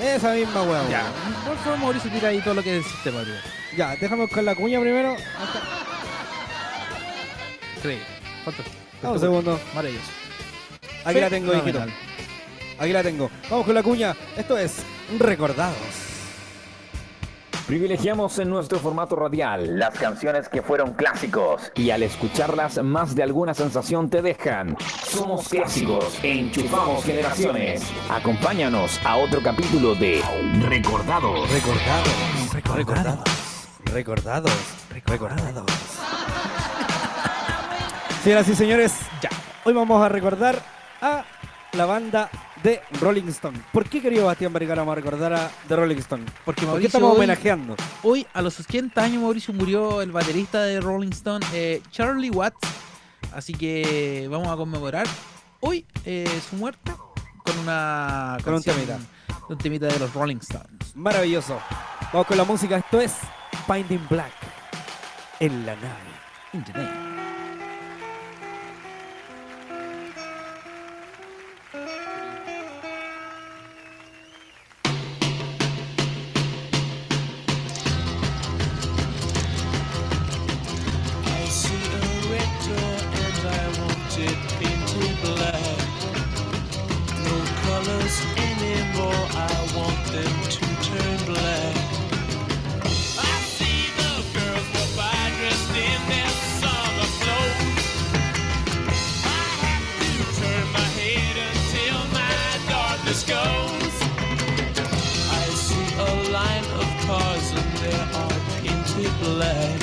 Speaker 2: Esa misma hueá.
Speaker 3: Ya.
Speaker 2: hueá.
Speaker 3: Por favor, Mauricio, tira ahí todo lo que es el sistema. tío.
Speaker 2: Ya, déjame buscar la cuña primero.
Speaker 3: Increíble. Fantástico.
Speaker 2: Dame un segundo.
Speaker 3: Maravilloso.
Speaker 2: Aquí la tengo, hijito.
Speaker 3: Fenomenal.
Speaker 2: Aquí la tengo. Vamos con la cuña. Esto es Recordados.
Speaker 1: Privilegiamos en nuestro formato radial las canciones que fueron clásicos y al escucharlas más de alguna sensación te dejan. Somos clásicos, e enchufamos generaciones. Acompáñanos a otro capítulo de Recordados.
Speaker 9: Recordados. Recordados. Recordados. Recordados.
Speaker 2: *laughs* Señoras y señores, ya. Hoy vamos a recordar a la banda de Rolling Stone. ¿Por qué, querido Bastián Vergara, vamos a recordar a The Rolling Stone?
Speaker 3: Porque
Speaker 2: ¿Por qué
Speaker 3: Mauricio
Speaker 2: estamos
Speaker 3: hoy-
Speaker 2: homenajeando?
Speaker 3: Hoy, a los 80 años, Mauricio murió el baterista de Rolling Stone, eh, Charlie Watts. Así que vamos a conmemorar hoy eh, su muerte con una.
Speaker 2: Con un
Speaker 3: canción-
Speaker 2: temita.
Speaker 3: Un temita de los Rolling Stones.
Speaker 2: Maravilloso. Vamos con la música. Esto es Finding Black en la nave.
Speaker 3: In the name.
Speaker 10: I see a red door and I want it painted black. No colors anymore, I want them to turn black. I see the girls go by dressed in their summer clothes. I have to turn my head until my darkness goes. I see a line of cars and they are painted black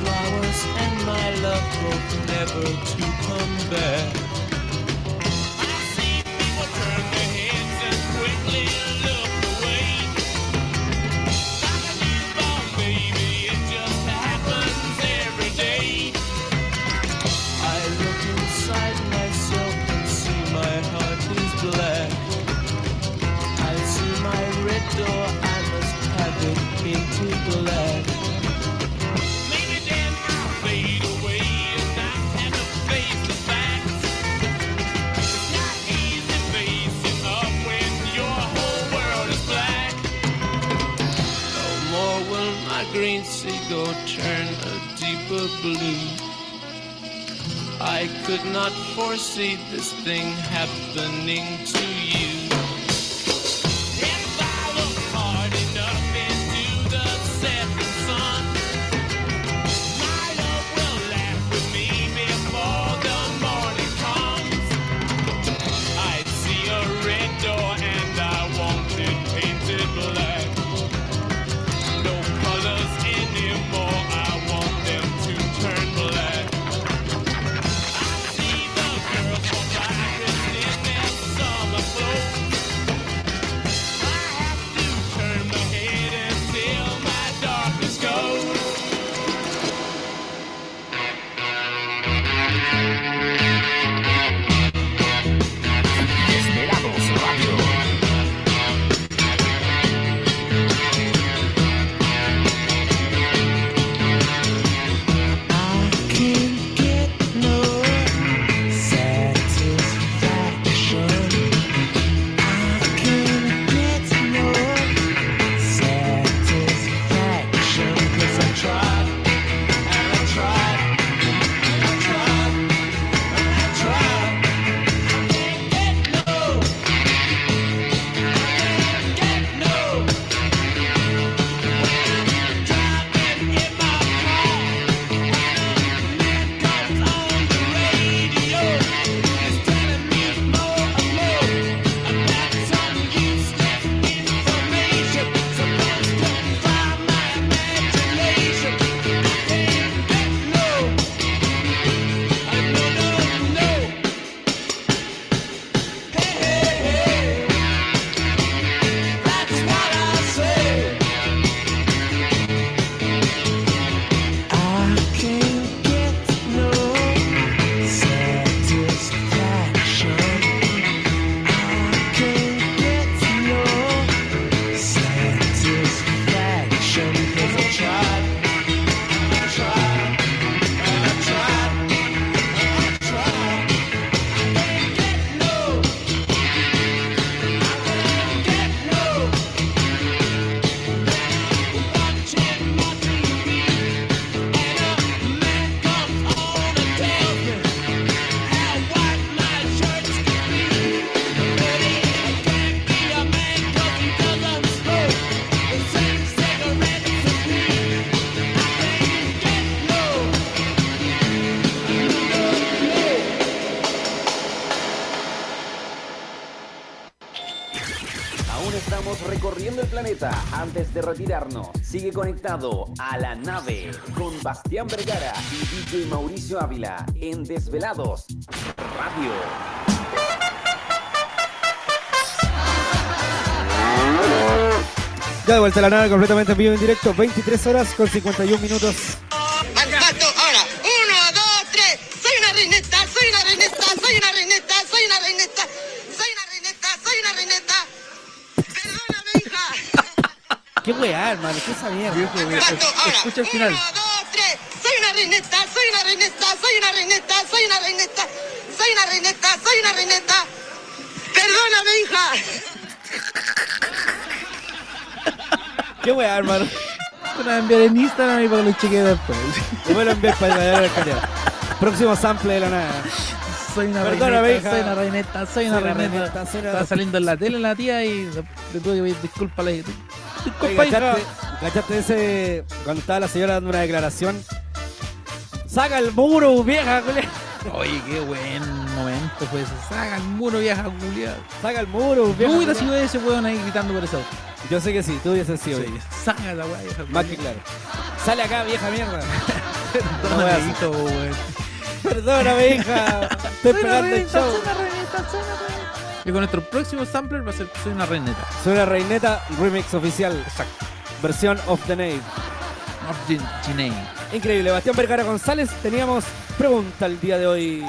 Speaker 10: flowers and my love hope never to come back. I see people turn their heads and quickly look away. Like a newborn baby, it just happens every day. I look inside myself and see my heart is black. I see my red door, I must have it painted black. Maybe then I'll fade away and not have to face the facts. It's not easy facing up when your whole world is black. No more will my green seagull turn a deeper blue. I could not foresee this thing happening to you. If I look hard enough into the setting sun. My love will laugh with
Speaker 1: planeta antes de retirarnos. Sigue conectado a la nave con Bastián Vergara y DJ Mauricio Ávila en Desvelados Radio.
Speaker 2: Ya de vuelta a la nave completamente en vivo y en directo, 23 horas con 51 minutos.
Speaker 11: Pato, ahora. Uno, dos, tres. Soy una reineta, soy una reineta, soy una reineta, soy una reineta, soy una reineta, soy una reineta. Perdóname, hija.
Speaker 3: Qué weá, hermano, qué esa mierda.
Speaker 11: Pato, ahora.
Speaker 3: Escucha el final.
Speaker 11: Uno, dos, tres. Soy una reineta, soy una reineta, soy una reineta, soy una reineta, soy una reineta, soy una reineta. Perdóname, hija.
Speaker 2: Qué weá, hermano.
Speaker 3: Te la enviaré en Instagram y para que lo chequeen después.
Speaker 2: Te voy a enviar para para el canal. Próximo sample de la
Speaker 3: *laughs*
Speaker 2: nada.
Speaker 3: Soy una
Speaker 2: Perdóname,
Speaker 3: reineta, soy
Speaker 2: hija.
Speaker 3: una reineta, soy una
Speaker 2: Soy una
Speaker 3: reineta.
Speaker 2: reineta, soy una-
Speaker 3: Estaba saliendo en la tele la tía y le tuve que pedir disculpas a la hija.
Speaker 2: Oye,
Speaker 3: Disculpa, hija.
Speaker 2: ¿Cachaste, cachaste ese. Cuando estaba la señora dando una declaración. ¡Saca el muro, vieja! culia!
Speaker 3: Oye, qué buen momento fue ese. Saca el muro, vieja culiada.
Speaker 2: ¡Saca el muro, vieja!
Speaker 3: Yo hubiera
Speaker 2: culia!
Speaker 3: sido ese weón ahí gritando por eso.
Speaker 2: Yo sé que sí, tú hubieses sido.
Speaker 3: Sí, saca la weá, vieja
Speaker 2: Más que claro. Sale acá, vieja *laughs* mierda.
Speaker 3: No me asito, weón.
Speaker 2: Perdóname, *laughs* hija. Estoy esperando el show.
Speaker 3: Y con nuestro próximo sampler va a ser Soy una reineta.
Speaker 2: Soy la reineta remix oficial. Exacto. Versión of the Nave.
Speaker 3: Of the Chiney.
Speaker 2: Increíble. Bastián Vergara González, teníamos pregunta el día de hoy.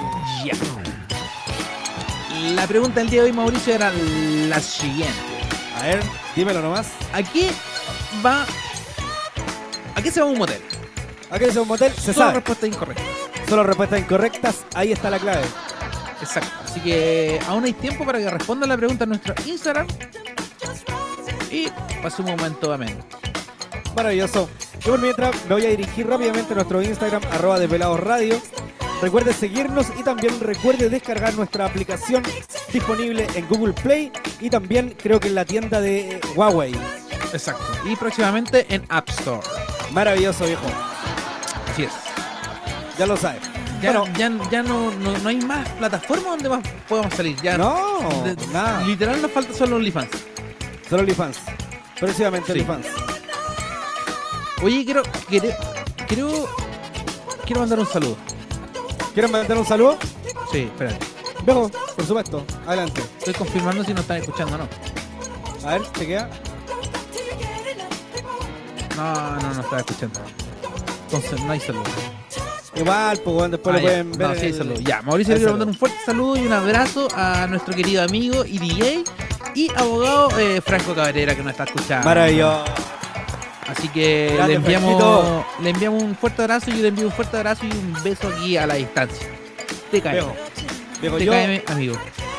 Speaker 3: La pregunta del día de hoy, Mauricio, era la siguiente.
Speaker 2: A ver, dímelo nomás.
Speaker 3: ¿A qué va... ¿A qué se va un motel?
Speaker 2: Aquí es un motel, se
Speaker 3: Toda
Speaker 2: sabe.
Speaker 3: respuesta incorrecta.
Speaker 2: Solo respuestas incorrectas, ahí está la clave.
Speaker 3: Exacto. Así que aún hay tiempo para que respondan la pregunta en nuestro Instagram. Y pase un momento ameno.
Speaker 2: Maravilloso. Yo por mientras me voy a dirigir rápidamente a nuestro Instagram, arroba desvelados radio. Recuerde seguirnos y también recuerde descargar nuestra aplicación disponible en Google Play y también creo que en la tienda de eh, Huawei.
Speaker 3: Exacto. Y próximamente en App Store.
Speaker 2: Maravilloso, viejo.
Speaker 3: Así es.
Speaker 2: Ya lo sabes.
Speaker 3: Ya,
Speaker 2: Bueno.
Speaker 3: ya, ya no, no, no hay más plataforma donde más podemos salir. Ya
Speaker 2: No,
Speaker 3: De-
Speaker 2: nada.
Speaker 3: Literal nos falta solo OnlyFans.
Speaker 2: Solo OnlyFans. Próximamente
Speaker 3: Sí.
Speaker 2: OnlyFans.
Speaker 3: Oye, quiero, quiero, quiero, quiero mandar un saludo.
Speaker 2: ¿Quieren mandar un saludo?
Speaker 3: Sí, espérate.
Speaker 2: Viejo, por supuesto. Adelante.
Speaker 3: Estoy confirmando si nos están escuchando o no.
Speaker 2: A ver, chequea.
Speaker 3: No, no, no están escuchando. Entonces, no hay saludo.
Speaker 2: Igual, pues bueno, después
Speaker 3: Ah,
Speaker 2: lo
Speaker 3: ya.
Speaker 2: pueden ver.
Speaker 3: No,
Speaker 2: en
Speaker 3: sí hay
Speaker 2: el-
Speaker 3: saludo. Ya, Mauricio,
Speaker 2: Hay
Speaker 3: le quiero
Speaker 2: saludo.
Speaker 3: mandar un fuerte saludo y un abrazo a nuestro querido amigo y DJ y abogado eh, Franco Cabrera que nos está escuchando.
Speaker 2: Maravilloso.
Speaker 3: Así que
Speaker 2: Grande,
Speaker 3: le enviamos,
Speaker 2: Franquito.
Speaker 3: le enviamos un fuerte abrazo y yo le envío un fuerte abrazo y un beso aquí a la distancia. Te
Speaker 2: Viejo.
Speaker 3: cae.
Speaker 2: Viejo,
Speaker 3: Te
Speaker 2: yo,
Speaker 3: cae, amigo.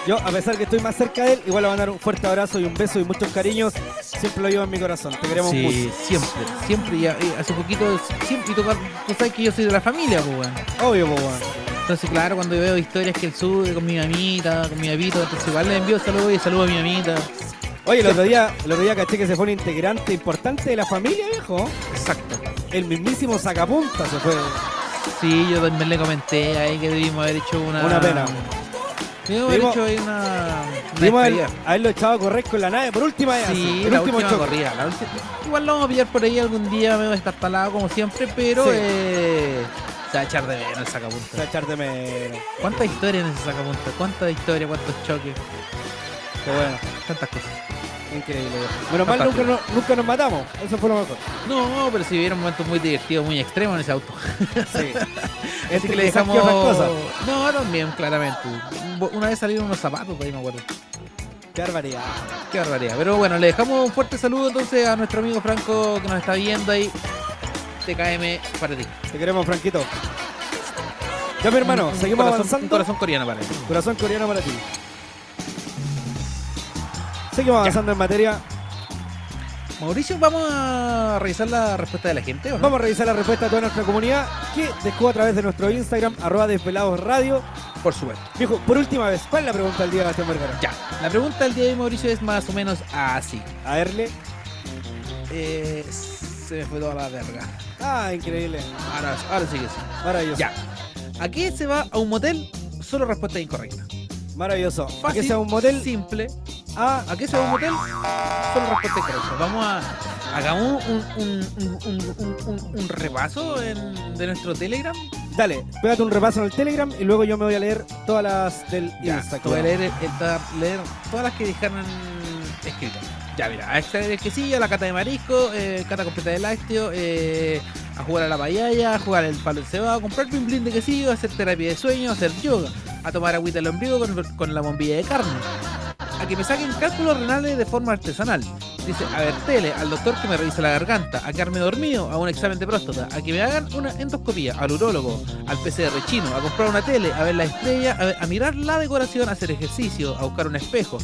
Speaker 2: yo, a pesar que estoy más cerca de él, igual le voy a dar un fuerte abrazo y un beso y muchos cariños. Siempre lo llevo en mi corazón. Te queremos
Speaker 3: Sí,
Speaker 2: mucho.
Speaker 3: siempre, siempre, y a- y hace poquito, siempre, y tocar, tú sabes que yo soy de la familia, pues, weón.
Speaker 2: Obvio, pues bueno.
Speaker 3: Entonces, claro, cuando veo historias que él sube con mi mamita, con mi papito, entonces igual le envío saludos y saludo a mi mamita.
Speaker 2: Oye, el otro día, el otro día caché que se fue un integrante importante de la familia, viejo.
Speaker 3: Exacto.
Speaker 2: El mismísimo sacapunta se fue.
Speaker 3: Sí, yo también le comenté ahí que debimos haber hecho una...
Speaker 2: Una pena.
Speaker 3: Debimos haber
Speaker 2: Dimos-
Speaker 3: hecho ahí una... una
Speaker 2: Dimos el-
Speaker 3: despedida.
Speaker 2: haberlo echado correcto en la nave por última vez. así,
Speaker 3: Sí,
Speaker 2: el
Speaker 3: la
Speaker 2: último
Speaker 3: última
Speaker 2: choque.
Speaker 3: corrida. la última- Igual lo vamos a pillar por ahí algún día, medio destartalado como siempre, pero
Speaker 2: Sí.
Speaker 3: eh, se va a echar de menos el
Speaker 2: Se va
Speaker 3: sacapunta.
Speaker 2: a echar de menos.
Speaker 3: ¿Cuántas historias en ese sacapunta? ¿Cuántas historias? ¿Cuántos choques?
Speaker 2: Qué bueno.
Speaker 3: Tantas cosas.
Speaker 2: Increíble. Menos mal
Speaker 3: Fantástico.
Speaker 2: nunca, nos- nunca nos matamos. Eso fue lo mejor.
Speaker 3: No, pero si vivieron momentos muy divertidos, muy extremos en ese auto.
Speaker 2: Sí.
Speaker 3: *laughs* Así que le dejamos. No, también, claramente. Un- Una vez salieron unos zapatos, por ahí me acuerdo.
Speaker 2: Qué barbaridad.
Speaker 3: Qué barbaridad. Pero bueno, le dejamos un fuerte saludo entonces a nuestro amigo Franco que nos está viendo ahí. TKM para ti.
Speaker 2: Te queremos, Franquito. Ya, mi hermano,
Speaker 3: Un- un
Speaker 2: seguimos
Speaker 3: corazón,
Speaker 2: avanzando.
Speaker 3: Un corazón coreano para ti.
Speaker 2: Corazón coreano para ti. Seguimos avanzando en materia.
Speaker 3: Mauricio, vamos a revisar la respuesta de la gente, ¿o no?
Speaker 2: Vamos a revisar la respuesta de toda nuestra comunidad que dejó a través de nuestro Instagram, arroba desvelados radio.
Speaker 3: por supuesto.
Speaker 2: Dijo, por última vez, ¿cuál es la pregunta del día de Bastián Vergara?
Speaker 3: Ya. La pregunta del día de hoy, Mauricio, es más o menos así.
Speaker 2: A verle.
Speaker 3: Eh, se me fue toda la verga.
Speaker 2: Ah, increíble.
Speaker 3: Ahora, ahora sí que sí.
Speaker 2: Maravilloso.
Speaker 3: Ya. ¿A qué se va a un motel? Solo respuesta incorrecta.
Speaker 2: Maravilloso.
Speaker 3: Fácil,
Speaker 2: Que sea un motel.
Speaker 3: simple, Ah, ¿a qué se va un motel? Son respuestas correctas. Vamos a. Hagamos un, un, un, un, un, un- un repaso en- de nuestro Telegram.
Speaker 2: Dale, pégate un repaso en el Telegram y luego yo me voy a leer todas las del Instagram.
Speaker 3: Te voy a leer, el- el- ta- leer todas las que dejaron escritas. Ya, mira, a esta es que sí, a la cata de marisco, eh, cata completa de lácteo, eh, a jugar a la payaya, a jugar el palo encebado, a comprar blin blin de quesillo, a hacer terapia de sueño, a hacer yoga, a tomar agüita del ombligo con, con la bombilla de carne, a que me saquen cálculos renales de forma artesanal. Dice, a ver tele, al doctor que me revise la garganta, a quedarme dormido, a un examen de próstata, a que me hagan una endoscopía, al urólogo, al PCR chino, a comprar una tele, a ver la estrella, a, ver- a mirar la decoración, a hacer ejercicio, a buscar un espejo,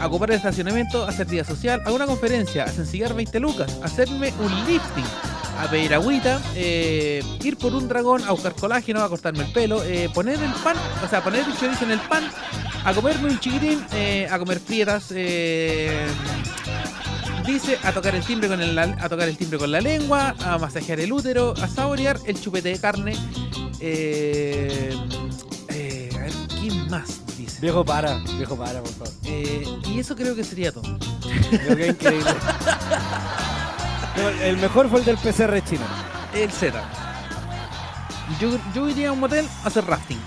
Speaker 3: a ocupar el estacionamiento, a hacer día social, a una conferencia, a sencillar 20 lucas, a hacerme un lifting, a pedir agüita, eh, ir por un dragón, a buscar colágeno, a cortarme el pelo, eh, poner el pan, o sea, poner el chorizo en el pan, a comerme un chiquitín, eh, a comer prietas, eh, Dice a tocar el timbre con el, a tocar el timbre con la lengua, a masajear el útero, a saborear el chupete de carne. Eh, eh, a ver, ¿quién más dice?
Speaker 2: Viejo para, viejo para, por favor.
Speaker 3: Eh, y eso creo que sería todo.
Speaker 2: Creo que es *laughs* increíble. No, el mejor fue el del PCR chino.
Speaker 3: El Z. Yo, yo iría a un motel a hacer rafting.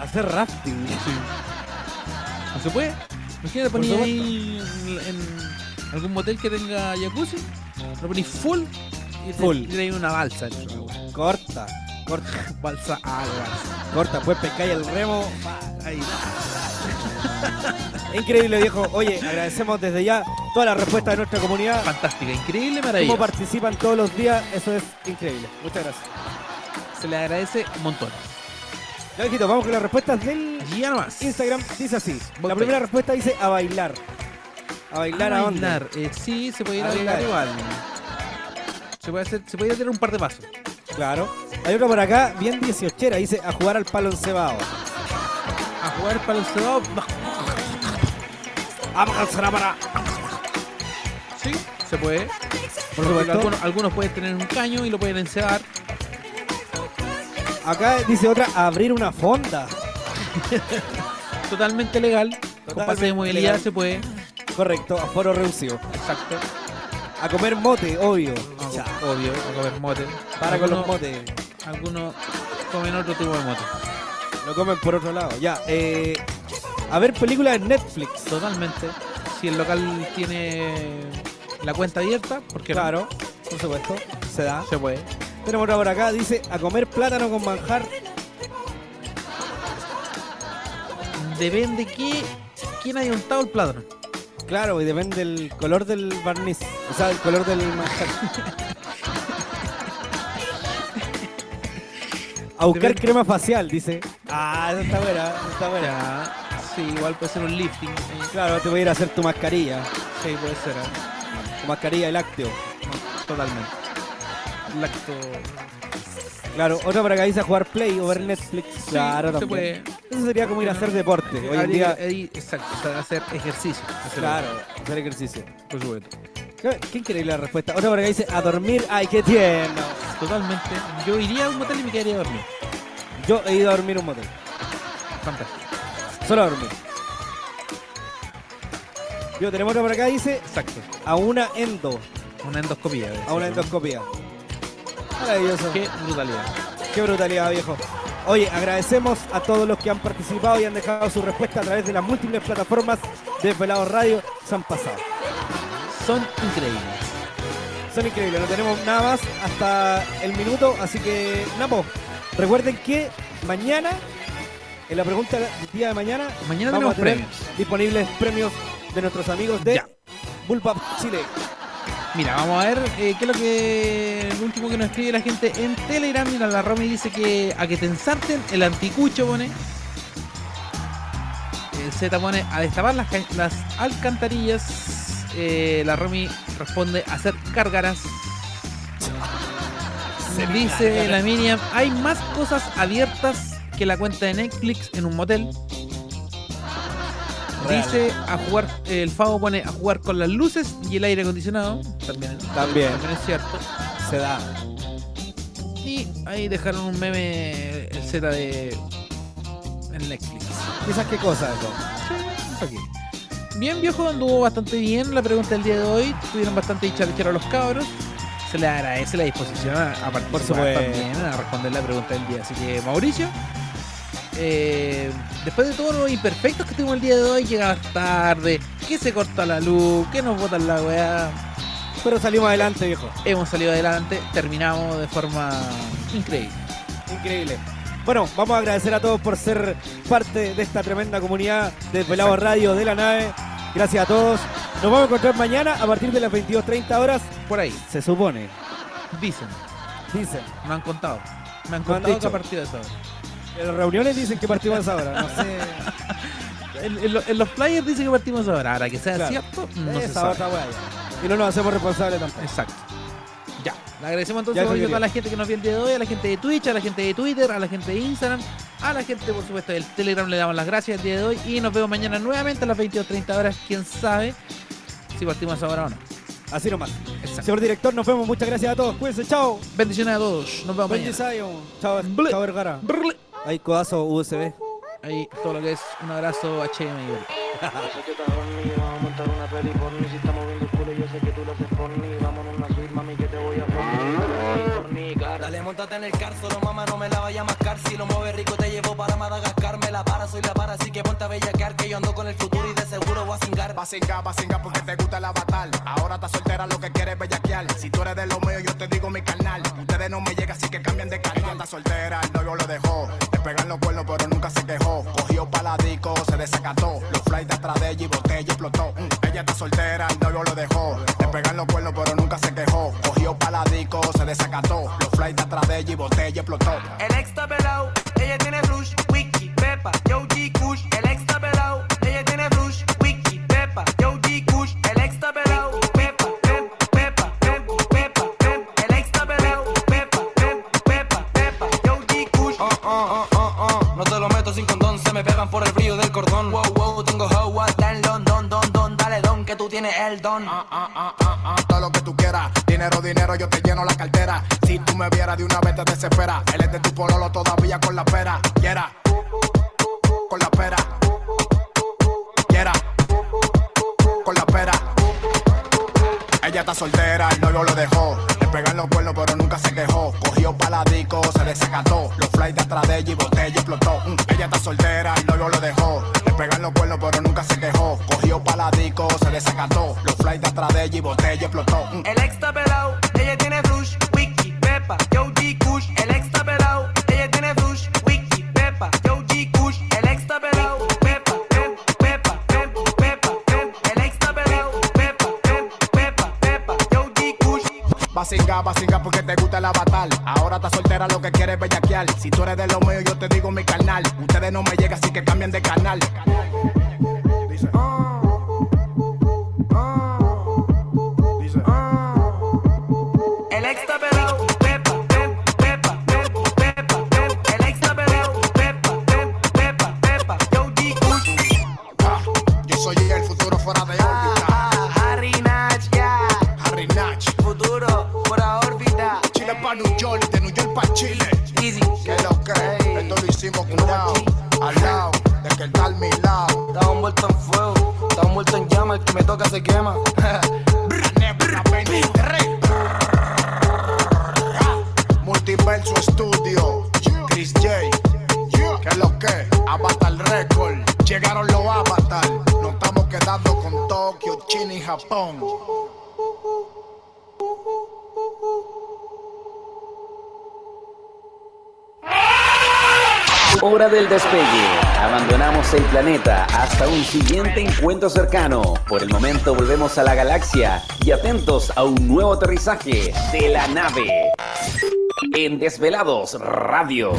Speaker 2: Hacer rafting.
Speaker 3: ¿No se puede? Imagínate
Speaker 2: Por
Speaker 3: poner ahí en, en algún motel que tenga jacuzzi, lo ponís full y te
Speaker 2: Full.
Speaker 3: y te tiras una balsa. dentro, weón.
Speaker 2: Corta, corta,
Speaker 3: *laughs* Balsa agua.
Speaker 2: corta. Pues pescáis el remo.
Speaker 3: Ahí.
Speaker 2: Increíble, viejo. Oye, agradecemos desde ya todas las respuestas de nuestra comunidad.
Speaker 3: Fantástica, increíble,
Speaker 2: Cómo
Speaker 3: maravillosa.
Speaker 2: participan todos los días, eso es increíble. Muchas gracias.
Speaker 3: Se le agradece un montón.
Speaker 2: Ya, viejito, vamos con las respuestas del
Speaker 3: Y ya nomás.
Speaker 2: Instagram. Dice así.
Speaker 3: Voy
Speaker 2: La primera respuesta dice a bailar. A bailar a,
Speaker 3: a
Speaker 2: onda.
Speaker 3: bailar. Eh, sí, se puede ir
Speaker 2: A
Speaker 3: a, bailar
Speaker 2: bailar.
Speaker 3: igual. Se puede, hacer, se puede hacer un par de pasos.
Speaker 2: Claro. Hay otra por acá, bien dieciochera, dice a jugar al palo encebado.
Speaker 3: A jugar para el cebado. no. Sí, se puede.
Speaker 2: Por
Speaker 3: Porque
Speaker 2: supuesto.
Speaker 3: algunos, algunos pueden tener un caño y lo pueden encebar.
Speaker 2: Acá dice otra, abrir una fonda.
Speaker 3: Totalmente legal. con pase de
Speaker 2: Totalmente
Speaker 3: movilidad
Speaker 2: legal.
Speaker 3: se puede.
Speaker 2: Correcto, aforo reducido.
Speaker 3: Exacto.
Speaker 2: A comer mote, obvio.
Speaker 3: Ah,
Speaker 2: Ya,
Speaker 3: Obvio, a comer mote.
Speaker 2: Para con los
Speaker 3: Algunos-
Speaker 2: motes.
Speaker 3: Algunos comen otro tipo de mote.
Speaker 2: Lo comen por otro lado. Ya, eh, a ver películas en Netflix.
Speaker 3: Totalmente. Si el local tiene la cuenta abierta, porque
Speaker 2: Claro, por supuesto, se da.
Speaker 3: se puede.
Speaker 2: Tenemos otra por acá, dice a comer plátano con manjar.
Speaker 3: Depende que quién haya untado el plátano.
Speaker 2: Claro, y depende del color del barniz, o sea, del color del
Speaker 3: *laughs*
Speaker 2: manjar. a buscar
Speaker 3: Depende.
Speaker 2: crema facial, dice. Ah, esa está buena, esa está buena.
Speaker 3: Ya, sí, igual puede ser un lifting. eh, Sí,
Speaker 2: Claro, te voy a ir a hacer tu mascarilla,
Speaker 3: sí, puede ser. ¿eh?
Speaker 2: tu mascarilla de lácteo.
Speaker 3: No, totalmente. Lacto.
Speaker 2: Claro, otra por acá dice a jugar play o ver Netflix.
Speaker 3: Sí,
Speaker 2: claro,
Speaker 3: se
Speaker 2: también.
Speaker 3: puede.
Speaker 2: Eso sería como ir a hacer deporte. Hoy en
Speaker 3: Ahí-
Speaker 2: día,
Speaker 3: ahí, exacto, o sea, hacer ejercicio. hacer-
Speaker 2: claro, hacer ejercicio.
Speaker 3: Por supuesto.
Speaker 2: Qué, qué increíble la respuesta. Otra por acá dice a dormir, ay, qué tierno.
Speaker 3: Totalmente. Yo iría a un motel y me quedaría dormido.
Speaker 2: Yo he ido a dormir a un motel.
Speaker 3: Fantástico.
Speaker 2: Solo a dormir. Yo, tenemos otra por acá, dice,
Speaker 3: Exacto.
Speaker 2: a una endo,
Speaker 3: Una endoscopía.
Speaker 2: a una endoscopía. Maravilloso. Qué,
Speaker 3: Qué brutalidad.
Speaker 2: brutalidad, viejo. Oye, agradecemos a todos los que han participado y han dejado su respuesta a través de las múltiples plataformas de Pelado Radio. Se han pasado.
Speaker 3: Son increíbles.
Speaker 2: Son increíbles, no tenemos nada más hasta el minuto, así que, Napo, recuerden que mañana, en la pregunta del día de mañana,
Speaker 3: Mañana
Speaker 2: vamos a
Speaker 3: tenemos
Speaker 2: tener
Speaker 3: premios.
Speaker 2: disponibles premios de nuestros amigos de
Speaker 3: Ya.
Speaker 2: Bullpup Chile.
Speaker 3: Mira, vamos a ver eh, qué es lo que el último que nos escribe la gente en Telegram. Mira, la Romy dice que a que te ensarten el anticucho pone. El Z pone a destapar las, ca- las alcantarillas. Eh, la Romy responde a hacer cárgaras. Dice la Miriam, hay más cosas abiertas que la cuenta de Netflix en un motel.
Speaker 2: Real.
Speaker 3: Dice a jugar, el Favo pone a jugar con las luces y el aire acondicionado. También,
Speaker 2: También.
Speaker 3: es cierto.
Speaker 2: Se da.
Speaker 3: Y ahí dejaron un meme el Z de en Netflix.
Speaker 2: ¿Esas qué cosas?
Speaker 3: Sí, ¿pa' qué? Bien, viejo, anduvo bastante bien la pregunta del día de hoy. Tuvieron bastante charlechero a los cabros. Se les agradece la disposición a, a participar
Speaker 2: supuesto.
Speaker 3: también, a responder la pregunta del día. Así que, Mauricio, eh, después de todos los imperfectos que tuvimos el día de hoy, llegabas tarde, que se corta la luz, que nos botan la weá,
Speaker 2: Pero salimos adelante, viejo.
Speaker 3: hemos salido adelante, terminamos de forma increíble.
Speaker 2: Increíble. Bueno, vamos a agradecer a todos por ser parte de esta tremenda comunidad de Pelado Radio de la Nave. Gracias a todos. Nos vamos a encontrar mañana a partir de las 22.30 horas.
Speaker 3: Por ahí,
Speaker 2: Se supone.
Speaker 3: dicen,
Speaker 2: Dicen.
Speaker 3: me han contado. Me han
Speaker 2: No han
Speaker 3: contado que
Speaker 2: dicho.
Speaker 3: a partir de esa hora.
Speaker 2: En las reuniones dicen que partimos a esa hora. No sé.
Speaker 3: En, en lo- en los players dice que partimos ahora. Ahora que sea
Speaker 2: Claro.
Speaker 3: cierto, *laughs* no se
Speaker 2: esa
Speaker 3: sabe.
Speaker 2: otra wea ya. Y no nos hacemos responsables tampoco.
Speaker 3: Exacto. Ya. Le agradecemos
Speaker 2: Ya,
Speaker 3: entonces
Speaker 2: eso
Speaker 3: hoy a
Speaker 2: quería.
Speaker 3: toda la gente que nos vio el día de hoy, a la gente de Twitch, a la gente de Twitter, a la gente de Instagram, a la gente, por supuesto, del Telegram. Le damos las gracias el día de hoy y nos vemos mañana nuevamente a las 22.30 horas. Quién sabe si partimos ahora o no.
Speaker 2: Así nomás.
Speaker 3: Exacto.
Speaker 2: Señor director, nos vemos. Muchas gracias a todos. Cuídense. Chao.
Speaker 3: Bendiciones a todos. Nos vemos
Speaker 2: Buen
Speaker 3: mañana.
Speaker 2: desayuno. Chao.
Speaker 3: Ble-
Speaker 2: Chao, Vergara.
Speaker 3: Brrle.
Speaker 2: Hay codazo USB.
Speaker 3: Ahí todo lo que es un abrazo HM y
Speaker 12: Yo sé que estás horny, vamos a montar una peli por mí Si estamos viendo el culo yo sé que tú lo haces por mí Vamos en una suite, mami, que te voy a fornicar, fornicar
Speaker 4: Dale, montate en el car, solo mamá, no me la vaya a mascar. Si lo mueve rico, te llevo para Madagascar. Me la para, soy la para, así que ponte a bellacar. Que yo ando con el futuro y de seguro voy a cingar.
Speaker 10: Basinga, basinga porque te gusta el avatar. Ahora estás soltera, lo que quieres es bellaquear. Si tú eres de lo mío, yo te digo mi carnal. Ustedes no me llegan, así que cambian de canal. Anda soltera, el novio lo dejó. Le pegan los cuernos, pero nunca se quejó. Cogió paladico, se desacató. Los flights de atrás de ella y botella explotó. Mm, Ella está soltera, el novio lo dejó. Le pegan los cuernos, pero nunca se quejó. Cogió paladico, se desacató. Los flights de atrás de ella y botella explotó.
Speaker 4: El ex está pelado, ella tiene flush, wiki, pepa, yo G kush. El ex está pelado, ella tiene flush, wiki, pepa, yo G kush. El ex está pelado, pepa, pepa, pepa, pepa, pepa, pepa. El ex está pelado, pepa, pepa, pepa, pepa, yo G kush. Oh, oh, oh, oh, oh. No te lo meto sin condón, se me pegan por el brillo del cordón. Wow, wow, tengo Howard, Dan, Lon, don, don, don, dale don, que tú tienes el don.
Speaker 10: Ah, ah, ah, ah, ah, todo lo que tú quieras. Dinero, dinero, yo te lleno la cartera. Si tú me vieras de una vez te desespera. Él es de tu pololo todavía con la pera. Yera. Con la pera. Yera. Con la pera. Ella está soltera, el novio lo dejó. Le pegan los cuernos, pero nunca se quejó. Cogió paladico, se desacató. Los flights de atrás de ella y botella explotó. Mm, Ella está soltera, el novio lo dejó. Le pegan los cuernos, pero nunca se quejó. Cogió paladico, se desacató. Los flights de atrás de ella y botella explotó. Mm,
Speaker 4: El ex está pelado, ella tiene flush, wiki, pepa, yo G kush. El ex está pelado, ella tiene flush, wiki, pepa, yo G kush. El ex está pelado, pepa, pepa, pepa, pepa, pepa, pepa. El ex está pelado, pepa, pepa, pepa, pepa, yo G kush.
Speaker 10: Basinga, basinga porque te gusta el avatar. Ahora estás soltera, lo que quieres es bellaquear. Si tú eres de lo mío, yo te digo mi canal. Ustedes no me llegan, así que cambien de canal. Dice. Dice.
Speaker 4: El ex está pelado, pepa, pepa, pepa, pepa, pepa, pepa. El ex está pelado, pepa, pepa, pepa, pepa, yo G kush.
Speaker 10: Ah, Yo soy el futuro fuera de órbita.
Speaker 4: Ah, Harry Nash, yeah.
Speaker 10: Harry Natch,
Speaker 4: Futuro, fuera órbita.
Speaker 10: Chile pa' New York, de New York pa' Chile.
Speaker 4: Easy.
Speaker 10: Que lo que, esto lo hicimos curado. Al lado, de que está al mi lado.
Speaker 12: Da un vuelto en fuego, da un vuelto en llama, el que me toca se quema.
Speaker 10: Nebra 23. Multiverso Studio, Chris J. Que lo que, Avatar Record. Llegaron los Avatar. Nos estamos quedando con Tokio, China y Japón.
Speaker 1: Hora del despegue. Abandonamos el planeta hasta un siguiente encuentro cercano. Por el momento volvemos a la galaxia y atentos a un nuevo aterrizaje de la nave. En Desvelados Radio.